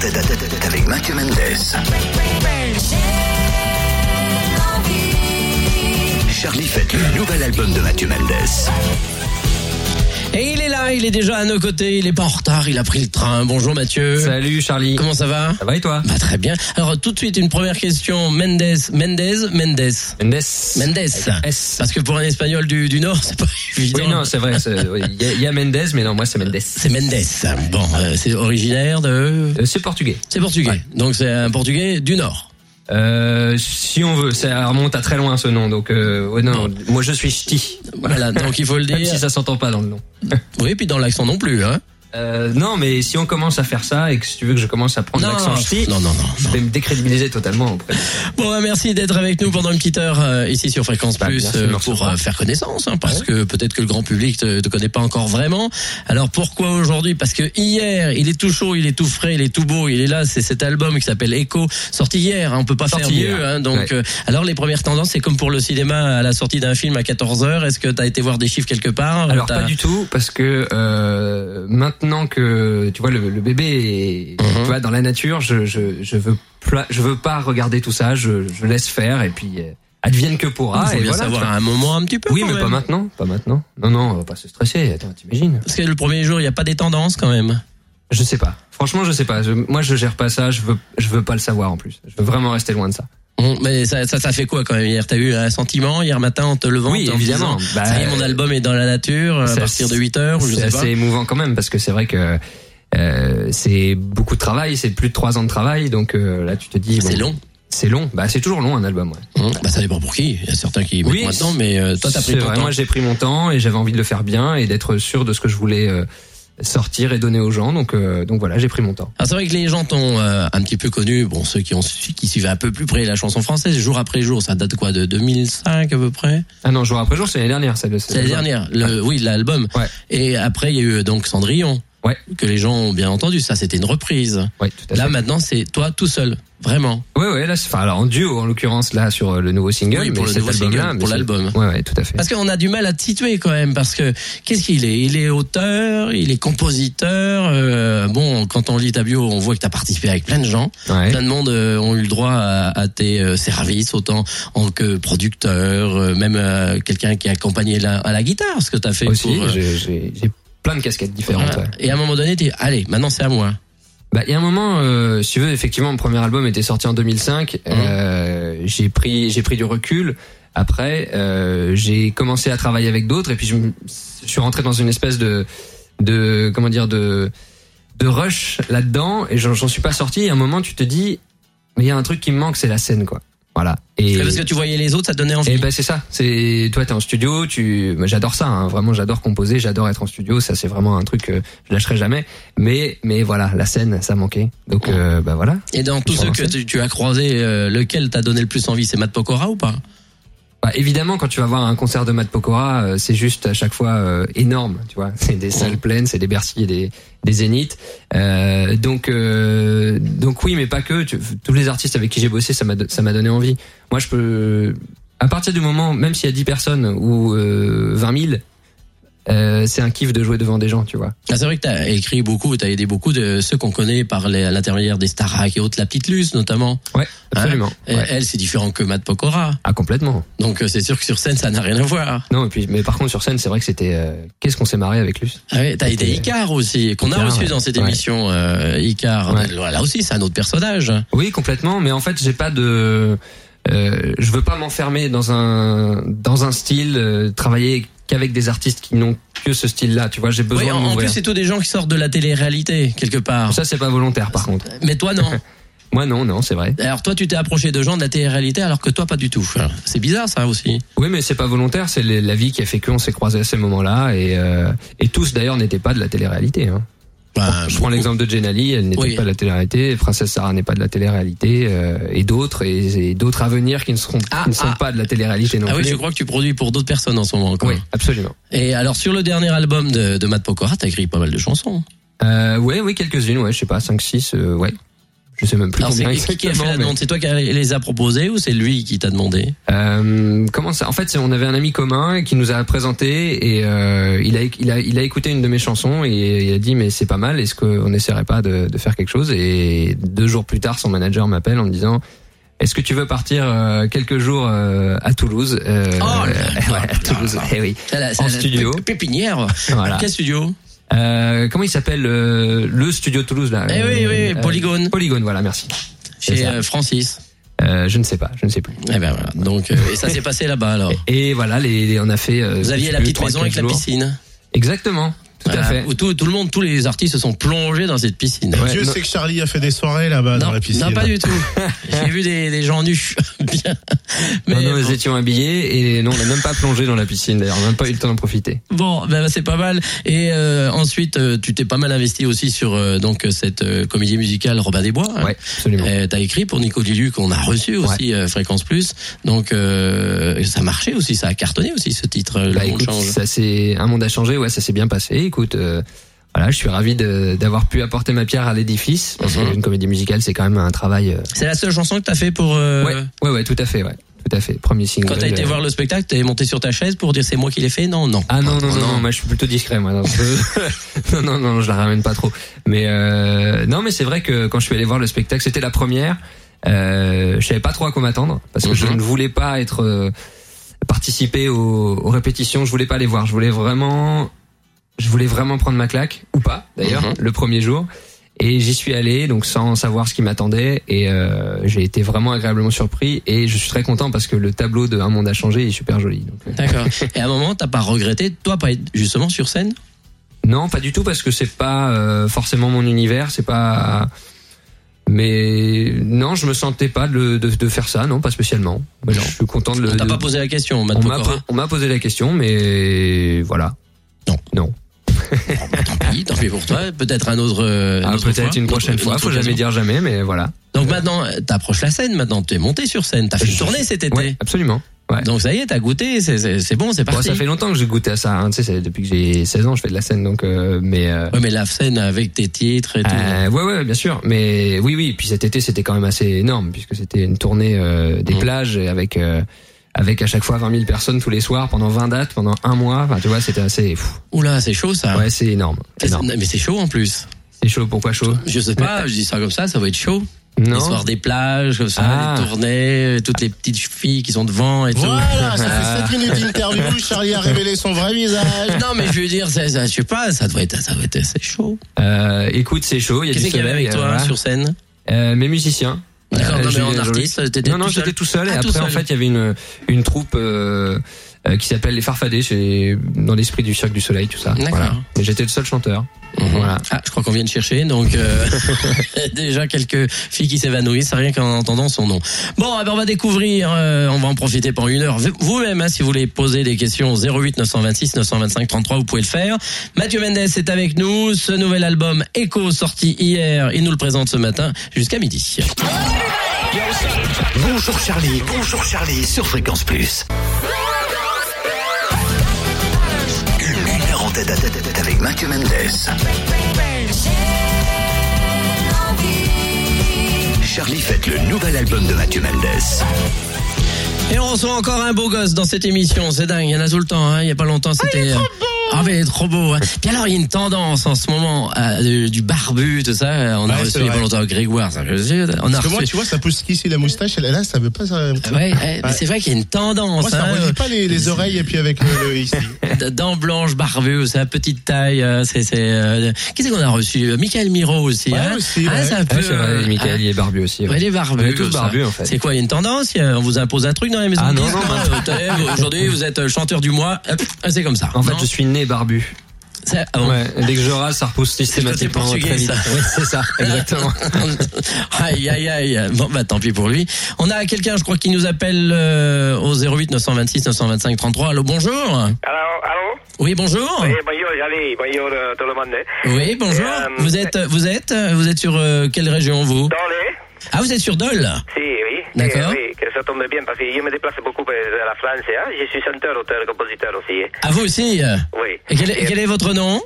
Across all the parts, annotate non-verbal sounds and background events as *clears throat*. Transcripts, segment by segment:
tête à tête avec Mathieu Mendes. Charlie fête le nouvel album de Mathieu Mendes. Et il est là, il est déjà à nos côtés, il est pas en retard, il a pris le train. Bonjour Mathieu. Salut Charlie. Comment ça va Ça va et toi Bah très bien. Alors tout de suite une première question, Mendes, Mendes, Mendes. Mendes. Mendes. S. Parce que pour un espagnol du, du Nord, c'est pas *laughs* évident. Oui, non, c'est vrai. c'est- oui, Il y, a- il y a Mendes, mais non, moi c'est Mendes. C'est Mendes. Bon, euh, c'est originaire de... Euh, C'est portugais. C'est portugais. Donc c'est un portugais du Nord. Euh, si on veut, ça remonte à très loin ce nom. Donc, euh, ouais, non, non, moi je suis Ch'ti. Voilà, donc il faut le *laughs* Même dire. si ça s'entend pas dans le nom. Oui, puis dans l'accent non plus. Hein. Euh, non, mais si on commence à faire ça et que si tu veux que je commence à prendre l'accent Ch'ti, non, non, non. je vais me décrédibiliser totalement auprès de- Bon, bah, merci d'être avec nous pendant une petite heure euh, ici sur Fréquence Bah, Plus merci de me euh, pour recevoir. euh, faire connaissance, hein, parce que peut-être que le grand public te, te connaît pas encore vraiment. Alors pourquoi aujourd'hui Parce que hier, il est tout chaud, il est tout frais, il est tout beau, il est là. C'est cet album qui s'appelle Echo, sorti hier. hein, on peut pas Sorti faire hier. mieux. hein, donc, Ouais. euh, alors les premières tendances, c'est comme pour le cinéma à la sortie d'un film à 14 h Est-ce que t'as été voir des chiffres quelque part Alors Ah, T'as- pas du tout parce que euh, maintenant que tu vois le, le bébé est Mhm. tu vois dans la nature, je je je veux pla- je veux pas regarder tout ça, je, je laisse faire et puis euh, advienne que pourra Ah, il faut et bien voilà, savoir tu à vois. un moment un petit peu. Oui, quand mais même. pas maintenant, pas maintenant. Non non, on va pas se stresser, attends, t'imagines Parce que le premier jour, il n'y a pas des tendances quand même. Je sais pas. Franchement, je sais pas. Je- moi je gère pas ça, je veux je veux pas le savoir en plus. Je veux vraiment rester loin de ça. Bon, mais ça, ça, ça fait quoi quand même hier T'as eu un sentiment hier matin en te levant Oui, en te évidemment. disant, Bah, ça y est, mon album est dans la nature à c'est partir de assez- 8 heures ou je C'est sais assez pas. émouvant quand même parce que c'est vrai que euh, c'est beaucoup de travail, c'est plus de trois ans de travail, donc euh, là tu te dis C'est bon, long. C'est long, bah c'est toujours long un album. Ouais. Hum, Bah, ça dépend pour qui. Il y a certains qui mettent Oui, moins de temps, mais euh, toi t'as pris C'est ton vrai, temps. Moi j'ai pris mon temps et j'avais envie de le faire bien et d'être sûr de ce que je voulais euh, sortir et donner aux gens, donc euh, donc voilà j'ai pris mon temps. Alors c'est vrai que les gens t'ont euh, un petit peu connu, bon ceux qui ont su- qui suivaient un peu plus près la chanson française jour après jour, ça date quoi de 2005 à peu près. Ah non jour après jour c'est l'année dernière celle de C'est la dernière, le, oui l'album. Ouais. Et après il y a eu euh, donc Cendrillon, Ouais. que les gens ont bien entendu, ça c'était une reprise. Ouais tout à fait. Là maintenant c'est toi tout seul, vraiment. Ouais ouais là c'est- enfin alors en duo en l'occurrence là sur euh, le nouveau single Oui, mais pour le cet nouveau album-là, single, mais pour c'est- l'album. Ah, Ouais ouais tout à fait. Parce qu'on a du mal à te situer quand même, parce que qu'est-ce qu'il est Il est auteur, il est compositeur. euh, bon, quand on lit ta bio, on voit que tu as participé avec plein de gens. Ouais. Plein de monde euh, ont eu le droit à, à tes euh, services, autant en que producteur, euh, même euh, quelqu'un qui a accompagné la- à la guitare, ce que tu as fait. Aussi pour, euh, j'ai- j'ai j'ai plein de casquettes différentes. voilà. ouais. Et à un moment donné, tu dis, allez, maintenant c'est à moi. Bah, il y a un moment, euh, si tu veux, effectivement, mon premier album était sorti en 2005. Mhm. Euh, j'ai pris, j'ai pris du recul. Après, euh, j'ai commencé à travailler avec d'autres, et puis je, me- je suis rentré dans une espèce de, de, comment dire, de, de rush là-dedans, et j'en j'en suis pas sorti. Et à un moment, tu te dis, mais il y a un truc qui me manque, c'est la scène, quoi. Voilà. Et, C'est Parce que tu voyais les autres, ça te donnait envie. et ben c'est ça. C'est toi t'es en studio, tu moi, j'adore ça hein, vraiment j'adore composer, j'adore être en studio, ça c'est vraiment un truc que je lâcherai jamais. Mais mais voilà, la scène ça manquait. Donc euh, bah voilà. Et dans tous Sur ceux la que scène. tu, tu as croisés, euh, lequel t'a donné le plus envie C'est Matt Pokora ou pas Bah, évidemment quand tu vas voir un concert de Matt Pokora, euh, c'est juste à chaque fois euh, énorme, tu vois. C'est des salles pleines, c'est des Bercy et des des Zénith. Euh, donc euh, donc oui, mais pas que Tu- tous les artistes avec qui j'ai bossé, ça m'a do- ça m'a donné envie. Moi je peux à partir du moment même s'il y a 10 personnes ou euh, 20 000 euh, c'est un kiff de jouer devant des gens, tu vois. Ah, c'est vrai que t'as écrit beaucoup, t'as aidé beaucoup de ceux qu'on connaît par les- à l'intérieur des Starac et autres, la petite Luce notamment. Ouais, absolument. Et Ouais. Elle, c'est différent que Matt Pokora. Ah complètement. Donc euh, c'est sûr que sur scène, ça n'a rien à voir. Non et puis mais par contre sur scène c'est vrai que c'était euh, qu'est-ce qu'on s'est marré avec Luce. Ah ouais, t'as C'était- aidé Icar aussi, qu'on a euh, Icar, reçu ouais. dans cette Ouais. émission. euh, Icar, Ouais. là aussi, c'est un autre personnage. Oui complètement mais en fait j'ai pas de euh, je veux pas m'enfermer dans un dans un style euh, travailler qu'avec des artistes qui n'ont que ce style là tu vois j'ai besoin Oui, en, de en plus, m'ouvrir. c'est tous des gens qui sortent de la télé-réalité, quelque part. Ça c'est pas volontaire par contre. Mais toi, *laughs* non. Moi non non c'est vrai. Alors toi, tu t'es approché de gens de la télé-réalité, alors que toi, pas du tout. C'est bizarre, ça aussi. Oui, mais c'est pas volontaire, c'est les- la vie qui a fait qu'on s'est croisés à ces moments-là et euh, et tous d'ailleurs n'étaient pas de la télé-réalité. Hein. Ben, Je prends l'exemple de Jenali, elle n'était Oui. pas de la télé-réalité, Princesse Sarah n'est pas de la télé-réalité, euh, et d'autres, et, et d'autres à venir qui ne seront, Ah, qui ne sont ah. pas de la télé-réalité non Ah oui, plus. je crois que tu produis pour d'autres personnes en ce moment. quand Oui, même. absolument. Et alors, sur le dernier album de, de Matt Pokora, t'as écrit pas mal de chansons. Euh, ouais, oui, quelques-unes, ouais, je sais pas, 5, 6, ouais. je sais même plus Alors, c'est combien *laughs* qui qui a fait la exactement, mais- demande C'est toi qui les a proposés ou c'est lui qui t'a demandé Euh, comment ça En fait, c'est- on avait un ami commun qui nous a présenté et euh, il, a, il, a, il a écouté une de mes chansons et il a dit mais c'est pas mal, est-ce qu'on n'essaierait pas de, de faire quelque chose Et deux jours plus tard, son manager m'appelle en me disant est-ce que tu veux partir euh, quelques jours euh, à Toulouse Euh, Oh là là. *laughs* ouais, à Toulouse, eh oui. C'est la- c'est En la studio. pép- Pépinière. Voilà. Quel studio Euh, comment il s'appelle euh, le studio de Toulouse là Eh oui, oui, Euh, Polygone. Polygone, voilà, merci. C'est Chez ça. euh, Francis. Euh, je ne sais pas, je ne sais plus. Eh ben voilà. Donc euh, et ça s'est passé là-bas alors. Et voilà, les, les- on a fait. euh, Vous aviez la deux, petite trois, maison avec quatre la jours. piscine. Exactement, tout à Voilà, fait. Où tout, tout le monde, tous les artistes se sont plongés dans cette piscine. Ouais, Dieu non. sait que Charlie a fait des soirées là-bas dans Non, la piscine. non, pas du tout. J'ai vu des, des gens nus. *laughs* Bien. Mais non, non, bon. nous étions habillés et non, on n'a même pas plongé dans la piscine d'ailleurs, on n'a même pas eu le temps d'en profiter. Bon, ben, c'est pas mal. Et euh, ensuite, euh, tu t'es pas mal investi aussi sur euh, donc cette euh, comédie musicale Robin des Bois. hein. Ouais, absolument. Euh, T'as écrit pour Nico Lilu qu'on a reçu aussi euh, Fréquence Plus. Donc euh, ça marchait aussi, ça a cartonné aussi ce titre. euh, Le Bah, Monde écoute, change. ça c'est un monde a changé, ouais, ça s'est bien passé. Écoute, euh, voilà, je suis ravi de- d'avoir pu apporter ma pierre à l'édifice parce Mhm. qu'une comédie musicale, c'est quand même un travail. euh, C'est la seule chanson que t'as fait pour. euh, Ouais, ouais, ouais, tout à fait, ouais, tout à fait. Premier single. Quand t'as été euh, voir le spectacle, t'es monté sur ta chaise pour dire c'est moi qui l'ai fait Non, non. Ah non non non, non, moi je suis plutôt discret moi. Non, *laughs* je- non non non, je la ramène pas trop. Mais euh, non mais c'est vrai que quand je suis allé voir le spectacle, c'était la première. Euh, je savais pas trop à quoi m'attendre parce que je Mhm. ne voulais pas être euh, participer aux, aux répétitions. Je voulais pas les voir. Je voulais vraiment, je voulais vraiment prendre ma claque ou pas d'ailleurs Mhm. le premier jour. Et j'y suis allé donc sans savoir ce qui m'attendait et euh, j'ai été vraiment agréablement surpris et je suis très content parce que le tableau de Un monde a changé est super joli. Donc, euh, D'accord. Et à un moment, t'as pas regretté, toi, pas être justement sur scène Non, pas du tout, parce que c'est pas euh, forcément mon univers, c'est pas. Mais non, je me sentais pas de, le- de, de faire ça, non, pas spécialement. Mais non, je suis content de le. On t'a de- pas posé la question, Matt on m'a Pokora. po- on m'a posé la question, mais voilà. Non. Non. Ah, Tant pis, tant pis pour toi. Peut-être un autre. euh, Ah, autre Peut-être fois. une prochaine Autre- fois, autre faut jamais occasion. dire jamais, mais voilà. Donc maintenant, euh, t'approches la scène. Maintenant, t'es monté sur scène. T'as fait une Je- tournée cet été. Ouais, absolument. ouais. Donc ça y est, t'as goûté. C'est- C'est c'est bon, c'est Bon, parti. ça fait longtemps que j'ai goûté à ça, hein, tu sais, c'est depuis que j'ai 16 ans, je fais de la scène, donc. euh, mais. euh, Ouais, mais la scène avec tes titres et tout. Euh, ouais, ouais, bien sûr. Mais oui, oui. Puis cet été, c'était quand même assez énorme puisque c'était une tournée euh, des Mhm. plages et avec euh, avec à chaque fois 20 000 personnes tous les soirs pendant 20 dates pendant un mois. Enfin, tu vois, c'était assez. Fou. Oula, c'est chaud ça. Ouais, c'est énorme. Ah. C'est- énorme. Mais c'est chaud en plus. C'est chaud. Pourquoi chaud Je sais pas, je dis ça comme ça, ça va être chaud. Non. L'histoire des plages, comme ça, Ah. les tournées, euh, toutes les petites filles qui sont devant et tout. Voilà, ça *laughs* fait 7 minutes *laughs* d'interview, Charlie a révélé son vrai visage. Non, mais je veux dire, c'est- ça, je sais pas, ça doit être, ça doit être assez chaud. Euh, écoute, c'est chaud. Il y a Qu'est-ce du qu'il y avait soleil, avec toi euh, voilà. sur scène Euh, Mes musiciens. D'accord, Euh, non, mais j'ai- en j'ai- artiste, t'étais Non, non, tout seul j'étais tout seul. Et Ah, tout après, en seul. fait, il y avait une une troupe. euh, euh, qui s'appelle les Farfadets, c'est dans l'esprit du cirque du soleil, tout ça. D'accord. Voilà. Et j'étais le seul chanteur. Mhm. Voilà. Ah, je crois qu'on vient de chercher, donc euh, *laughs* déjà quelques filles qui s'évanouissent, rien qu'en entendant son nom. Bon, eh ben, on va découvrir, euh, on va en profiter pendant une heure. Vous-même, hein, si vous voulez poser des questions, 08 926 925 33, vous pouvez le faire. Mathieu Mendes est avec nous. Ce nouvel album Echo sorti hier, il nous le présente ce matin jusqu'à midi. Bonjour Charlie, bonjour Charlie sur Fréquence Plus. Une heure en tête à tête tête avec Mathieu Mendes. Charlie fête le nouvel album de Mathieu Mendes. Et on reçoit encore un beau gosse dans cette émission, c'est dingue, il y en a tout le temps, hein. il y a pas longtemps c'était... Ah mais il est trop beau. hein. Puis alors il y a une tendance en ce moment à, euh, du barbu, tout ça. euh, On a Ouais, reçu c'est il y a pas vrai. longtemps Grégoire, ça, je sais, on a Parce que moi, reçu... tu vois, ça pousse qu'ici la moustache, et là, ça veut pas. ça- Ouais, eh, mais c'est vrai qu'il y a une tendance. Moi, Ah, ça Ah, hein, relie pas les, les oreilles et puis avec le, le *laughs* ici. euh, Dents blanches, barbu, c'est à petite taille. euh, C'est, c'est, euh, Qui c'est qu'on a reçu Michael Miro aussi. Ouais, hein aussi, Ah, ouais. c'est un peu. Ouais, c'est vrai, euh, Michael, il est barbu aussi. ah, ouais. ouais, les barbus. On est tous ça. barbus, en fait. C'est quoi, il y a une tendance il y a- On vous impose un truc dans les maisons Ah, de non, disques, non, là, maintenant. t'es- Aujourd'hui, vous êtes euh, chanteur du mois. Hop, ah, c'est comme ça. En fait, Non je suis né barbu. C'est- ah bon. Ouais, dès que je rase, ça repousse systématiquement C'est le côté très vite. portugais, Ah Ouais, *laughs* c'est ça, exactement. aïe, aïe, aïe. Bon, bah, tant pis pour lui. On a quelqu'un, je crois, qui nous appelle euh, au 08 926 925 33. Allô, bonjour. Allô, allô Oui, bonjour. Eh, bonjour, allez, bonjour euh, tout le monde. Oui, bonjour. Euh, vous êtes, vous êtes, vous êtes sur euh, quelle région vous Dans les Ah, vous êtes sur Dole. Si, oui. D'accord. Eh, oui, que ça tombe bien parce que je me déplace beaucoup par la France. eh. Hein. Je suis chanteur, auteur, compositeur aussi. hein. À Ah, vous aussi. Oui. Et quel, est- Eh, quel est votre nom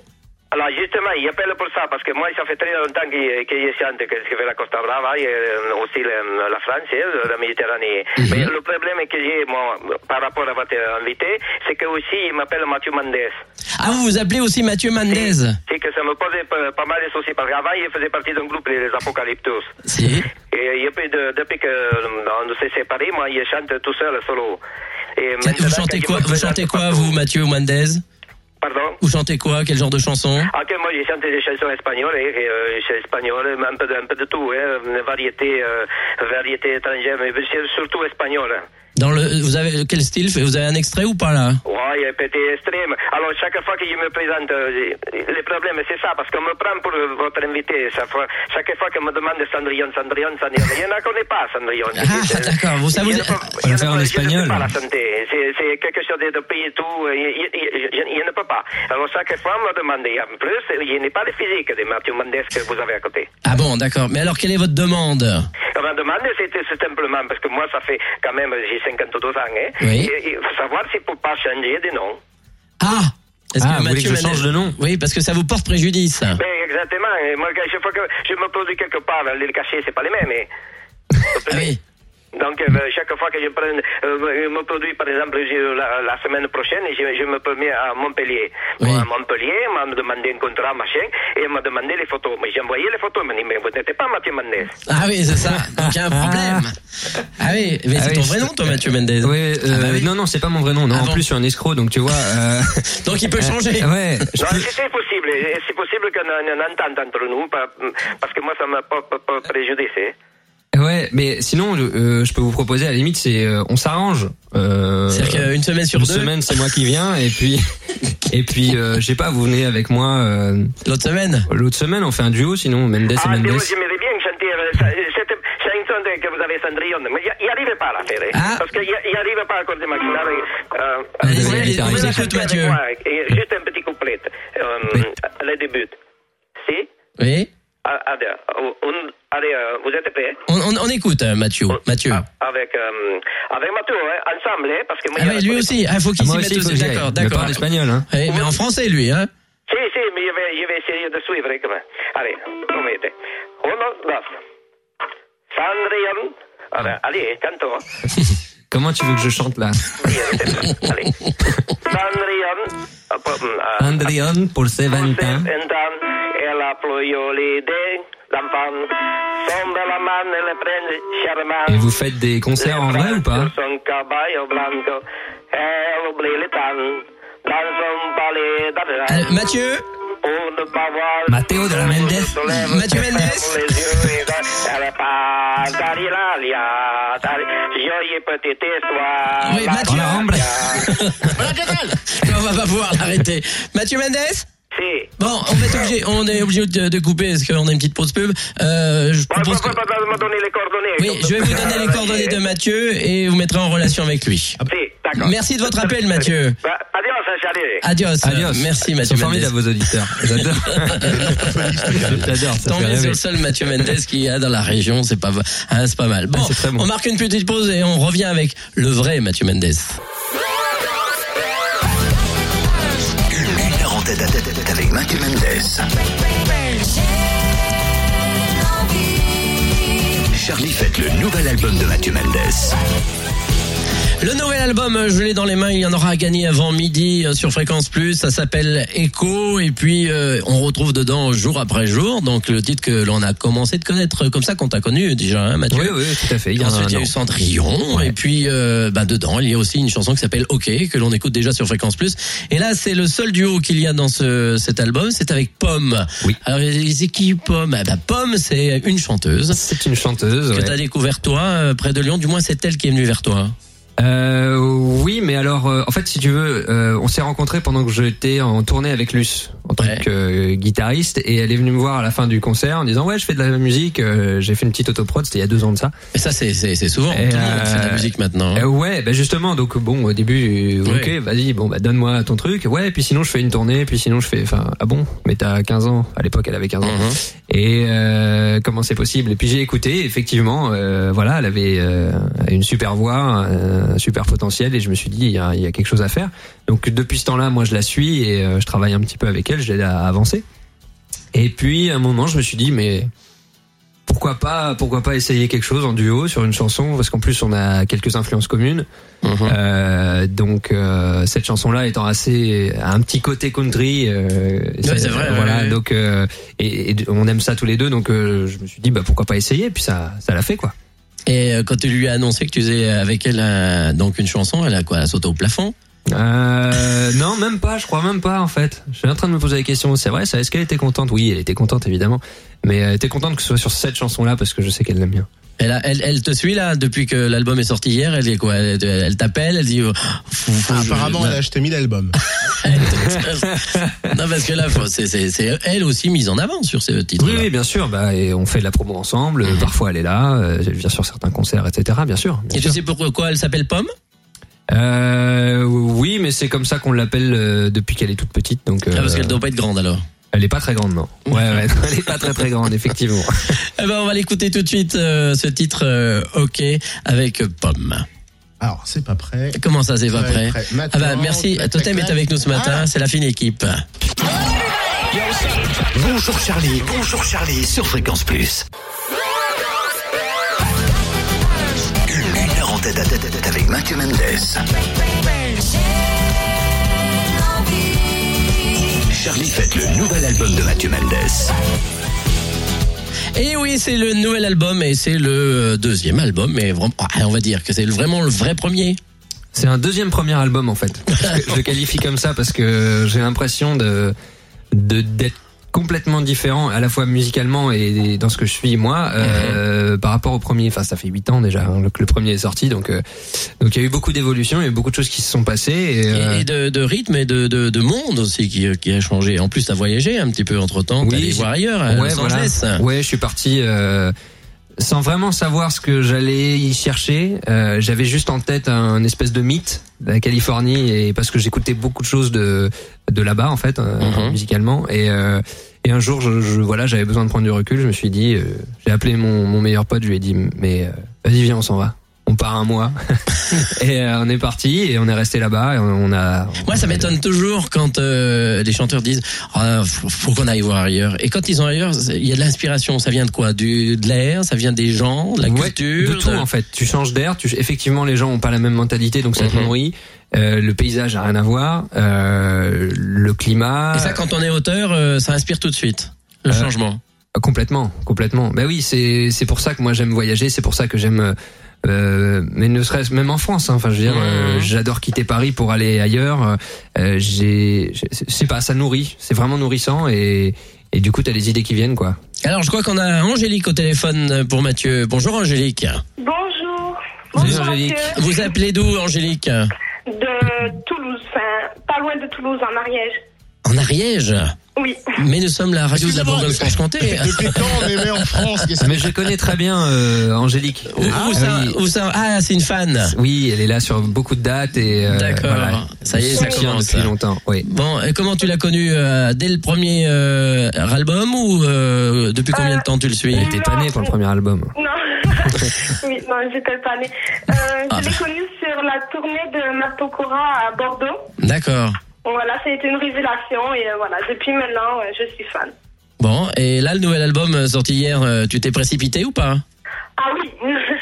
Alors justement, il appelle pour ça, parce que moi, ça fait très longtemps qu'il qu'il est chante que je fais la Costa Brava et euh, aussi le- la France, hein, la Méditerranée. Mais le problème que j'ai, moi, par rapport à votre invité, c'est que aussi, il m'appelle Mathieu Mendes. Ah, vous vous appelez aussi Mathieu Mendez C'est que ça me posait pas, pas mal de soucis, parce qu'avant, il faisait partie d'un groupe, les Apocalyptus. Si. Et il y a plus E de- depuis que euh, on s'est séparés, moi, je chante tout seul, solo. E Et Vous maintenant, chantez quand quoi, je me vous chantez quoi vous, Mathieu Mendez Pardon Vous chantez quoi Quel genre de chanson Ah, que moi, j'ai chanté des chansons espagnoles, hein, et, euh, ch- espagnoles, un peu de, un peu de tout, hein, une variété, euh, variété étrangère, mais c'est surtout espagnole. Dans le, vous avez quel style Vous avez un extrait ou pas là Ouais, il pété extrême. Alors, chaque fois que je me présente, euh, le problème, c'est ça, parce qu'on me prend pour euh, votre invité. Chaque fois, chaque fois qu'on me demande Cendrillon, Cendrillon, Cendrillon, il y en a qu'on n'est pas Cendrillon. Ah, d'accord, vous savez- Il y en a pas- On il y va en a faire en pas- je ne sais espagnol. pas la santé. C'est c'est quelque chose de, de pays et tout. euh, Il, il- il- il ne peut pas. Alors, chaque fois, on me demande. Et en plus, il n'est pas le physique de Mathieu Mendes que vous avez à côté. Ah bon, d'accord. Mais alors, quelle est votre demande On m'a demandé, c'était c'est simplement, parce que moi, ça fait quand même, j'ai 52 ans, hein. Oui. Et il faut savoir s'il ne faut pas changer de nom. Ah Est-ce Ah, vous voulez que je change de nom Oui, parce que ça vous porte préjudice. ça. Ben, exactement. Et Moi, quand je, fois que je me produis quelque part, les cachets, c'est pas les mêmes. hein. Ah oui. Donc, euh, chaque fois que je, prends, euh, je me produis, par exemple, je- la, la semaine prochaine, je, je me permets à Montpellier. Oui. Moi, à Montpellier, on m'a demandé un contrat, machin, et on m'a demandé les photos. Mais j'ai envoyé les photos, on m'a dit, mais vous n'êtes pas Mathieu Mendes. Ah oui, c'est ça. Donc, il y a un problème. Ah oui, mais Ah c'est oui, ton je- vrai nom, toi, Mathieu Mendez Ouais, Ah bah euh, oui. non, non, c'est pas mon vrai nom. Non, Ah en bon plus, je suis un escroc, donc tu vois. *laughs* euh, Donc, il peut changer. *laughs* ah ouais. je Non, peux- c'est possible. Et C'est possible qu'on ait une entente entre nous, pas- parce que moi, ça m'a pas, pas, hein. pas préjudicé. Ouais, mais sinon, euh, je peux vous proposer à la limite, c'est euh, on s'arrange. Euh, C'est-à-dire qu'une semaine sur une deux, semaine, c'est moi qui viens, et *laughs* puis et puis, euh, je sais pas, vous venez avec moi euh, l'autre semaine. l'autre semaine, on fait un duo, sinon Mendes et Ah, Mendes. Théo, j'aimerais bien chanter euh, ça- euh, cette chanson de- que vous avez Cendrillon, mais il n'y arrive pas à la faire. hein. Ah. Parce qu'il n'y arrive pas à accorder ma guitare. et, Euh, Allez, vous allez, pouvez- vous allez, pouvez la écoute, chanter avec Mathieu. moi, hein. et Juste un petit couplet. Euh, Oui. Le début. Si Oui. Ah, ah, bien. Un- un- Allez, euh, vous êtes prêts On, on- on écoute, euh, Mathieu. Mathieu. Ah, Avec, euh, avec Mathieu, hein, ensemble, hein, parce que moi, Ah il y a oui, la lui connaissance. aussi. Ah, faut qu'il Ah, s'y moi mette aussi, faut aussi. que j'y aille. D'accord, Il me d'accord. parle espagnol, hein. Oui, mais en français, lui, hein. Sì, sì, mi, je vais essayer de suivre hein, quand même. Allez, promettez. Uno, dos. Cendrillon. Allez, allez, hein. canto. Comment tu veux que je chante là Allez. Cendrillon. Ah, po- ah, Andrion pour ses 20 Forse ans. vent'anni e la ploiolide d'enfant. Son de la main et le prende charmant. Et vous faites des concerts en vrai ou pas Son caballo blanco e oublie le temps. Dans son palais d'argent. Euh, Mathieu Matteo de la Mendes. Mathieu Mendes. Oui, Oui, Mathieu. Dans *laughs* la ramble. Voilà, Gadal On va pas pouvoir l'arrêter. Mathieu Mendes Si. Bon, on va être obligé, on est obligé de, de couper parce qu'on a une petite pause pub. Euh, je Bon, propose faut- que- faut- faut me donner les coordonnées. Oui, je vais vous *laughs* donner les coordonnées de Mathieu et vous mettrez en relation avec lui. Si, d'accord. Merci Ah, de votre appel, Mathieu. Bah, Adios, salut. Adios. Adios. Merci, Ils Mathieu sont Mendes. formidables vos auditeurs. *laughs* J'adore. J'adore. ça Tant fait mieux, c'est rêver. le seul Mathieu Mendes qui a dans la région, c'est pas, hein, c'est pas mal. Bon, Ah, c'est très bon. on marque une petite pause et on revient avec le vrai Mathieu Mendes. Une heure en tête à tête avec Mathieu Mendes. Charlie fête le nouvel album de Mathieu Mendes. Le nouvel album, euh, je l'ai dans les mains, il y en aura à gagner avant midi euh, sur Fréquence Plus, ça s'appelle Echo, et puis euh, on retrouve dedans jour après jour, donc le titre que l'on a commencé de connaître, euh, comme ça qu'on t'a connu déjà, hein, Mathieu Oui, Ah, oui, tout à fait. Il y a Ensuite, il y a un eu Cendrillon, et puis euh, bah, dedans, il y a aussi une chanson qui s'appelle OK, que l'on écoute déjà sur Fréquence Plus. Et là, c'est le seul duo qu'il y a dans ce, cet album, c'est avec Pomme. Oui. Alors, c'est qui Pomme Ah, bah, Pomme, c'est une chanteuse C'est une chanteuse. que ouais. t'as découvert toi, euh, près de Lyon, du moins c'est elle qui est venue vers toi. Euh, oui, mais alors, euh, en fait, si tu veux, euh, on s'est rencontrés pendant que j'étais en tournée avec Luce en tant Ouais. que euh, guitariste, et elle est venue me voir à la fin du concert en disant ouais, je fais de la musique, euh, j'ai fait une petite autoprod, c'était il y a deux ans de ça. Et ça, c'est c'est- c'est souvent. Et Tout le monde fait de la euh, musique maintenant. hein. Euh, ouais, bah justement, donc bon, au début, euh, Ouais. ok, vas-y, bon, bah donne-moi ton truc, ouais, puis sinon je fais une tournée, puis sinon je fais, enfin, ah bon, mais t'as 15 ans, à l'époque elle avait 15 ans. Mhm. Et euh, comment c'est possible Et puis j'ai écouté, effectivement, euh, voilà, elle avait euh, une super voix, euh, un super potentiel et je me suis dit il y a, il y a quelque chose à faire. Donc depuis ce temps-là, moi je la suis et euh, je travaille un petit peu avec elle, je l'aide à avancer. Et puis à un moment, je me suis dit mais pourquoi pas pourquoi pas essayer quelque chose en duo sur une chanson parce qu'en plus on a quelques influences communes. Mhm. Euh, donc euh, cette chanson là étant assez a un petit côté country euh, c'est vrai, voilà ouais, ouais. donc euh, et, et on aime ça tous les deux donc euh, je me suis dit bah pourquoi pas essayer puis ça ça l'a fait quoi. Et euh, quand tu lui as annoncé que tu faisais avec elle euh, donc une chanson, elle a quoi Elle a sauté au plafond Euh, non, même pas, je crois même pas en fait. Je suis en train de me poser la question, c'est vrai ça Est-ce qu'elle était contente Oui, elle était contente évidemment. Mais elle était contente que ce soit sur cette chanson-là parce que je sais qu'elle l'aime bien. elle, a- elle, elle te suit là depuis que l'album est sorti hier. Elle est quoi Elle, elle- elle t'appelle, elle dit. euh, faut- Ah, faut- Apparemment, je- *laughs* elle a acheté 1000 albums. non parce que là, faut- c'est- c'est c'est elle aussi mise en avant sur ce titre. Oui, oui, bien sûr. Bah, et on fait de la promo ensemble. Mhm. euh, Parfois, elle est là. euh, Elle vient sur certains concerts, etc. Bien sûr. bien Et tu sûr. sais pourquoi elle s'appelle Pomme Euh, oui, mais c'est comme ça qu'on l'appelle euh, depuis qu'elle est toute petite. Donc, Ah, Parce euh, qu'elle doit pas être grande alors. elle est pas très grande, non. Ouais, ouais, *laughs* non, elle est pas très très grande, effectivement. Eh ben, on va l'écouter tout de suite euh, ce titre euh, OK avec Pomme. Alors, c'est pas *laughs* prêt. Comment ça, c'est pas Ouais, prêt prêt. Ah bah Maintenant, merci, clac, Totem clac, est avec nous ce matin, Ah. c'est la fine équipe. Bonjour Charlie, bonjour Charlie sur Fréquence Plus. Une heure en tête à tête à tête avec Mathieu Mendes. Charlie fête le nouvel album de Mathieu Mendes. Et oui, c'est le nouvel album et c'est le euh, deuxième album, mais vraiment, ah, on va dire que c'est le- vraiment le vrai premier. C'est un deuxième premier album en fait. Je- Je le qualifie comme ça parce que j'ai l'impression de de d'être complètement différent à la fois musicalement et dans ce que je suis moi euh, par rapport au premier. Enfin, ça fait huit ans déjà hein, que le premier est sorti, donc euh, donc il y a eu beaucoup d'évolutions, il y a eu beaucoup de choses qui se sont passées. Et, euh, Et, et de, de rythme et de, de, de monde aussi qui, euh, qui a changé. En plus, t'as voyagé un petit peu entre temps, t'es Oui, allé j'ai- voir ailleurs, à euh, Los voilà. Angeles. Ouais, je suis parti euh, sans vraiment savoir ce que j'allais y chercher. Euh, J'avais juste en tête un espèce de mythe de la Californie et parce que j'écoutais beaucoup de choses de de là-bas en fait euh, Mhm. musicalement et euh, et un jour je, je- voilà j'avais besoin de prendre du recul. Je me suis dit euh, j'ai appelé mon mon meilleur pote, je lui ai dit mais euh, vas-y viens on s'en va. On part un mois *laughs* et euh, on est parti et on est resté là-bas et on, on a. Moi, ça m'étonne toujours quand euh, les chanteurs disent Ah, faut, faut qu'on aille voir ailleurs. Et quand ils sont ailleurs, c'est- il y a de l'inspiration. Ça vient de quoi du, De l'air Ça vient des gens De la Ouais, culture de tout en fait. Tu changes d'air. Tu... Effectivement, les gens ont pas la même mentalité, donc ça te Mhm. nourrit. Euh, le paysage a rien à voir. Euh, le climat. Et ça, quand on est auteur, euh, ça inspire tout de suite le Euh, changement. Euh, Complètement, complètement. Bah oui, c'est c'est pour ça que moi j'aime voyager. C'est pour ça que j'aime. euh, euh, mais ne serait-ce même en France, hein. enfin je veux dire, euh, Mhm. j'adore quitter Paris pour aller ailleurs. Euh, j'ai, j'ai- c'est pas, ça nourrit, c'est vraiment nourrissant et et du coup t'as les idées qui viennent quoi. Alors, je crois qu'on a Angélique au téléphone euh, pour Mathieu. Bonjour Angélique. Bonjour. Salut, Bonjour Angélique. Mathieu. Vous appelez d'où Angélique De Toulouse, enfin, pas loin de Toulouse, en Ariège. En Ariège. Oui. *laughs* Mais nous sommes la radio de la Excusez-moi, Ah Bourgogne-Franche-Comté. Depuis quand on est né en France qu'est-ce Mais je connais très bien euh, Angélique. Où- où ça- oui. où ça- Ah, c'est une fan. Oui, elle est là sur beaucoup de dates et euh, D'accord. voilà. Ça y est, ça Soutien commence. depuis longtemps. Oui. Bon, et comment tu l'as connu euh, dès le premier euh, album ou euh, depuis combien de temps tu le suis Elle était tannée pour le premier album. *laughs* Non. oui, non, j'étais pas née. Euh, Ah je l'ai connue sur la tournée de Matokora à Bordeaux. D'accord. Voilà, ça a été une révélation et euh, voilà, depuis maintenant, euh, je suis fan. Bon, et là le nouvel album euh, sorti hier, euh, tu t'es précipité ou pas Ah oui.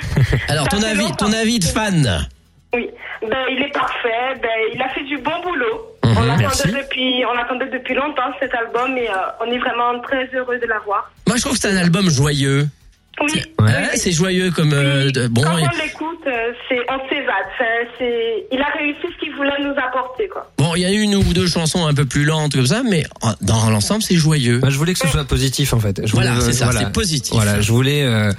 *laughs* Alors ton Ça fait avis, longtemps. ton avis de fan. oui. Ben, il est parfait. Ben, il a fait du bon boulot. Mhm, on, merci. attendait depuis, on attendait depuis longtemps cet album et euh, on est vraiment très heureux de l'avoir. Moi, je trouve que c'est un album joyeux. Oui. Ouais. Hein, c'est joyeux comme euh, de- bon. Quand et- on l'écoute, euh, c'est on s'évade. Enfin, c'est- il a réussi ce qu'il voulait nous apporter, quoi. Bon, il y a une ou deux chansons un peu plus lentes comme ça, mais en- dans l'ensemble, c'est joyeux. Moi, Bah, je voulais que ce soit positif en fait. Je voulais, Voilà, c'est ça, voilà. c'est positif. Voilà, je voulais. euh,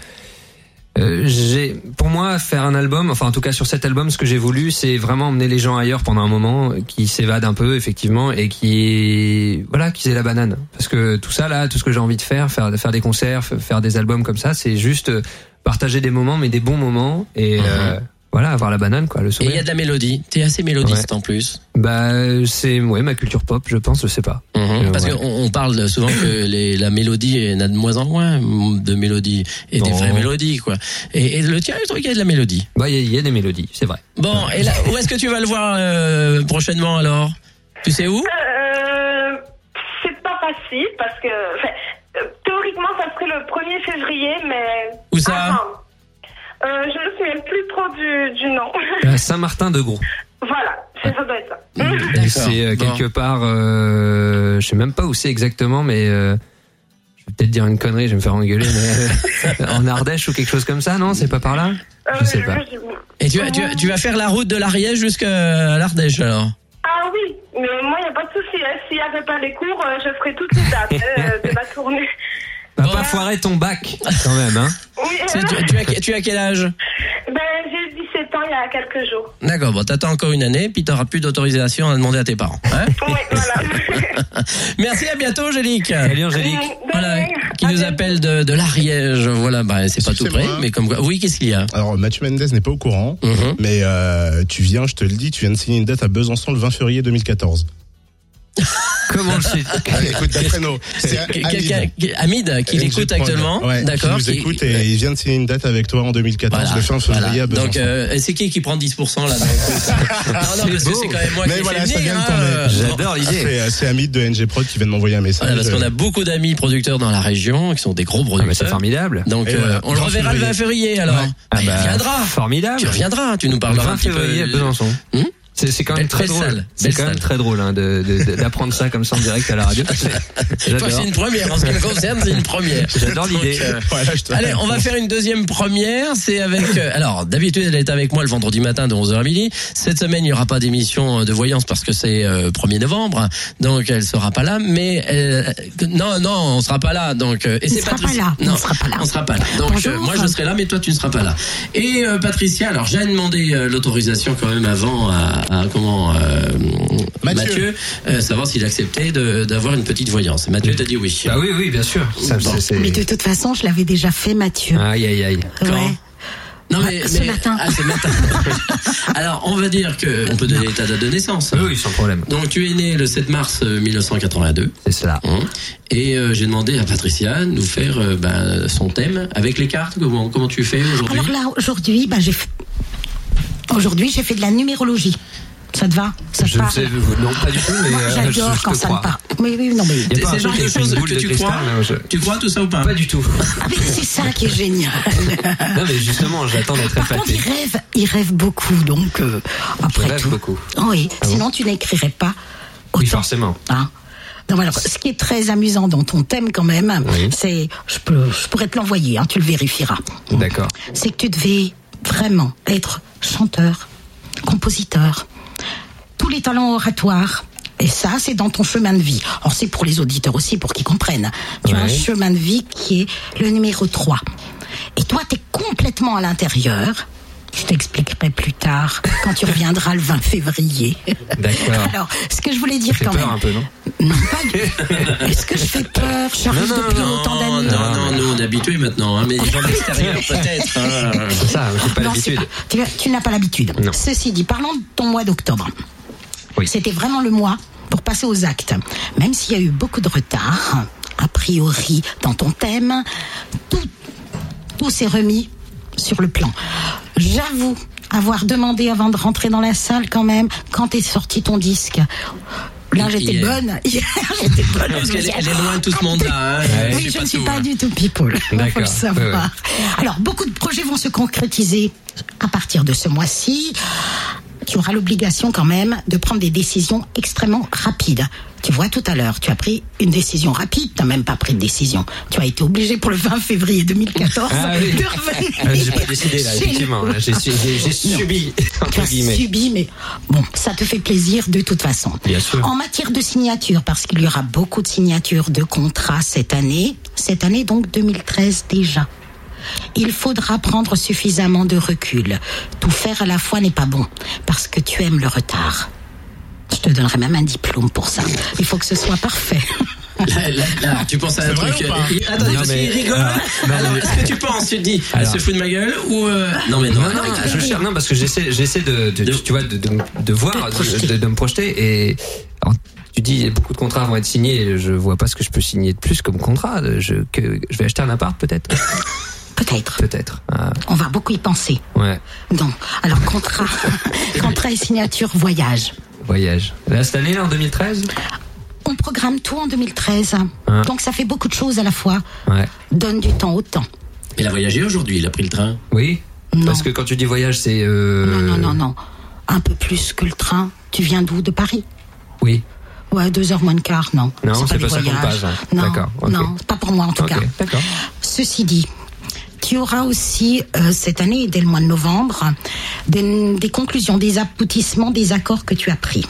euh, j'ai, pour moi, faire un album, enfin en tout cas sur cet album, ce que j'ai voulu, c'est vraiment emmener les gens ailleurs pendant un moment, euh, qui s'évadent un peu effectivement et qui, voilà, qui aient la banane. Parce que tout ça là, tout ce que j'ai envie de faire, faire, faire des concerts, f- faire des albums comme ça, c'est juste euh, partager des moments, mais des bons moments et euh, voilà, avoir la banane, quoi, le Mhm. Et il y sourire. a de la mélodie. T'es assez mélodiste en plus. Bah, c'est, ouais, ma culture pop, je pense, je sais pas. Mhm. Euh, Parce ouais. qu'on on parle souvent *coughs* que les, la mélodie il y en a de moins en moins de mélodies et des Non. vraies mélodies quoi. Et, et le tien, le truc, il y a de la mélodie. Bah, il y, a- il y a des mélodies, c'est vrai. Bon, et là, où est-ce que tu vas le voir euh, prochainement alors Tu sais où Euh, c'est pas facile parce que enfin, euh, théoriquement ça serait le 1er février, mais Où ça Enfin, euh, Je me souviens plus trop du, du nom. *laughs* À Euh, Saint-Martin-de-Gros. voilà, c'est ça doit être ça. Et D'accord. C'est euh, Bon. quelque part, euh, je sais même pas où c'est exactement, mais euh, je vais peut-être dire une connerie, je vais me faire engueuler, mais euh, *laughs* en Ardèche ou quelque chose comme ça, non C'est pas par là Euh, Je sais pas. Et tu, vas- tu, vas- tu vas faire la route de l'Ariège jusqu'à l'Ardèche alors Ah oui, mais moi il n'y a pas de souci. hein. S'il n'y avait pas les cours, euh, je ferais toutes les dates hein, euh, *laughs* de ma tournée. Bah, Bon. pas foirer ton bac, quand même, hein Oui, C'est- euh, tu, tu as, tu as quel âge ben, j'ai 17 ans il y a quelques jours. D'accord, bon, t'attends encore une année, puis t'auras plus d'autorisation à demander à tes parents. *laughs* hein Oui, *laughs* voilà. *laughs* Merci, à bientôt, Angélique. Salut Angélique Voilà, qui nous appelle appelle de, de l'Ariège. Voilà, bah, c'est pas tout près, Excusez-moi. mais comme quoi. Oui, qu'est-ce qu'il y a Alors, Mathieu Mendez n'est pas au courant, Mhm. mais euh, tu viens, je te le dis, tu viens de signer une date à Besançon le 20 février 2014. Comment le sais Allez, écoute, d'après nous, c'est Quelqu'un- Hamid. Hamid, qui MG l'écoute Prod. actuellement. Ouais, D'accord. Qui nous qui- écoute et il vient de signer une date avec toi en 2014, Voilà, le fin février voilà. à Besançon. Donc, euh, et c'est qui qui prend 10% là *laughs* dans le- Non, non, parce que beau. c'est quand même moi Mais qui ai voilà, fait ça vient venir, de hein, tomber. euh, J'adore l'idée C'est euh, c'est Hamid de NG Prod qui vient de m'envoyer un message. voilà, parce qu'on a beaucoup d'amis producteurs dans la région qui sont des gros Ah, mais c'est producteurs. formidable Donc, Et euh, voilà, on le 20 reverra le 20 février alors. Ouais. Ah, Bah, il bah, reviendra. Formidable Ah, Tu reviendras, hein, tu nous Le parleras un 20 petit février à peu. Besançon. Hmm C'est c'est quand Belle- même très belle drôle. salle, C'est belle quand même salle. très drôle hein, de- de- de- d'apprendre ça comme ça en direct à la *laughs* radio. Toi, J'adore. c'est une première. En ce qui me concerne, c'est une première. J'adore l'idée. Donc, euh, *laughs* Voilà, je te- Allez, on va faire une deuxième première. C'est avec. euh, alors, d'habitude, elle est avec moi le vendredi matin de 11h à midi. Cette semaine, il n'y aura pas d'émission euh, de voyance parce que c'est euh, 1er novembre. Donc, elle sera pas là. Mais. elle- euh, non, non, on sera pas là. Donc, euh, et Il c'est sera Patricia- pas là, Non, on sera pas là. On sera pas là. Donc, Bonjour. euh, moi, je serai là, mais toi, tu ne seras pas là. Et euh, Patricia, alors, j'ai demandé euh, l'autorisation quand même avant à. à comment. euh, Mathieu. Mathieu. euh, savoir s'il acceptait de- d'avoir une petite voyance. Et Mathieu t'a dit oui. Bah oui, oui, bien sûr. Ça, Bon. c'est- c'est- Mais de toute façon, je l'avais déjà fait, Mathieu. Aïe, aïe, aïe. Quand Ouais. Non Ouais, ce matin. Ah, ce matin. Alors, on va dire que on peut donner ta date de naissance. hein. Oui, oui, sans problème. Donc, tu es né le 7 mars euh, 1982. C'est cela. hein, Et euh, j'ai demandé à Patricia de nous faire euh, bah, son thème avec les cartes. Comment, comment tu fais aujourd'hui Alors là, aujourd'hui, bah, j'ai fait... aujourd'hui, j'ai fait de la numérologie. Ça te va Ça te Je ne parle sais, vous- non, pas du tout, mais Moi, euh, je- j'adore je quand te ça crois. me parle. Oui, oui, non, mais. Y a pas C'est un le genre truc de avec une choses boule que de tu cristal, crois là, je- Tu crois tout ça ou pas Pas du tout. Ah, mais c'est ça *laughs* qui est génial. Non, mais justement, j'attends d'être Par contre, épaté. il rêve, il rêve beaucoup, donc euh, après rêve tout. Ah beaucoup. Ah Oui, sinon tu n'écrirais pas Oui, autant. forcément. hein. Donc, alors, ce qui est très amusant dans ton thème quand même, c'est, je, peux, je pourrais te l'envoyer, hein, tu le vérifieras. D'accord. c'est que tu devais vraiment être chanteur, compositeur, tous les talents oratoires. Et ça, c'est dans ton chemin de vie. Alors, c'est pour les auditeurs aussi, pour qu'ils comprennent. Tu as un Ouais. chemin de vie qui est le numéro 3. Et toi, tu es complètement à l'intérieur. Je t'expliquerai plus tard, quand tu reviendras le 20 février. D'accord. Alors, ce que je voulais dire Fait quand peur même... un peu, non Non, pas du- Est-ce que je fais peur, Charles, Non, non, depuis Non, autant non, d'années non, nous on est habitués maintenant, hein, mais les gens de l'extérieur peut-être. hein. C'est ça, j'ai pas Non, c'est l'habitude. pas- Tu, vois, tu n'as pas l'habitude. Non. Ceci dit, parlons de ton mois d'octobre. Oui. C'était vraiment le mois pour passer aux actes. Même s'il y a eu beaucoup de retard, a priori, dans ton thème, tout, tout s'est remis sur le plan. J'avoue avoir demandé avant de rentrer dans la salle quand même, quand est sorti ton disque. Là, j'étais Hier. bonne. *laughs* Hier, j'étais bonne. Parce qu'elle est- elle est loin de tout ce Ah, monde-là. hein. Elle oui, sait je ne suis tout, pas hein. du tout people. *laughs* Il faut D'accord. le savoir. Ouais, Alors, beaucoup de projets vont se concrétiser à partir de ce mois-ci. Tu auras l'obligation quand même de prendre des décisions extrêmement rapides. Tu vois, tout à l'heure, tu as pris une décision rapide, tu n'as même pas pris de décision. Tu as été obligé pour le 20 février 2014 Ah oui. de revenir. Ah, J'ai pas décidé, là, chez effectivement. nous. là, J'ai su- j'ai- j'ai Non. subi, Tu entre as guillemets. subi, mais bon, ça te fait plaisir de toute façon. Bien sûr. En matière de signature, parce qu'il y aura beaucoup de signatures de contrats cette année, cette année donc 2013 déjà. Il faudra prendre suffisamment de recul. Tout faire à la fois n'est pas bon, parce que tu aimes le retard. Je te donnerai même un diplôme pour ça. Il faut que ce soit parfait. *laughs* La- la- alors, tu penses à un C'est vrai truc. ou pas il- Attends, Non, parce mais- qu'il rigole. alors, non, Alors, mais- est-ce que tu penses, tu te dis, elle Alors. se fout de ma gueule ou. euh, Non, mais non. Non, non, arrête. je cherche, non, parce que j'essaie, j'essaie de, de- De- tu vois, de, de, de voir, de, de- de me projeter et alors, tu dis beaucoup de contrats vont être signés. et Je vois pas ce que je peux signer de plus comme contrat. Je, que, je vais acheter un appart peut-être, Peut-être. peut-être. Ah, On va beaucoup y penser. ouais, Donc, alors contrat, *laughs* contrat et signature voyage. voyage. Là cette année, là, en 2013. On programme tout en 2013. Hein. Donc ça fait beaucoup de choses à la fois. Ouais. Donne du temps au temps. Il a voyagé aujourd'hui, il a pris le train. Oui. Non. Parce que quand tu dis voyage, c'est. Euh... Non, non, non, non. Un peu plus que le train. Tu viens d'où De Paris Oui. Ouais, deux heures moins de quart, non. Non, c'est les pas ça qu'on voyages. passe, hein. Non, D'accord, ok. non, pas pour moi en tout Ok, cas. D'accord. Ceci dit, tu auras aussi euh, cette année, dès le mois de novembre, des, des conclusions, des aboutissements des accords que tu as pris.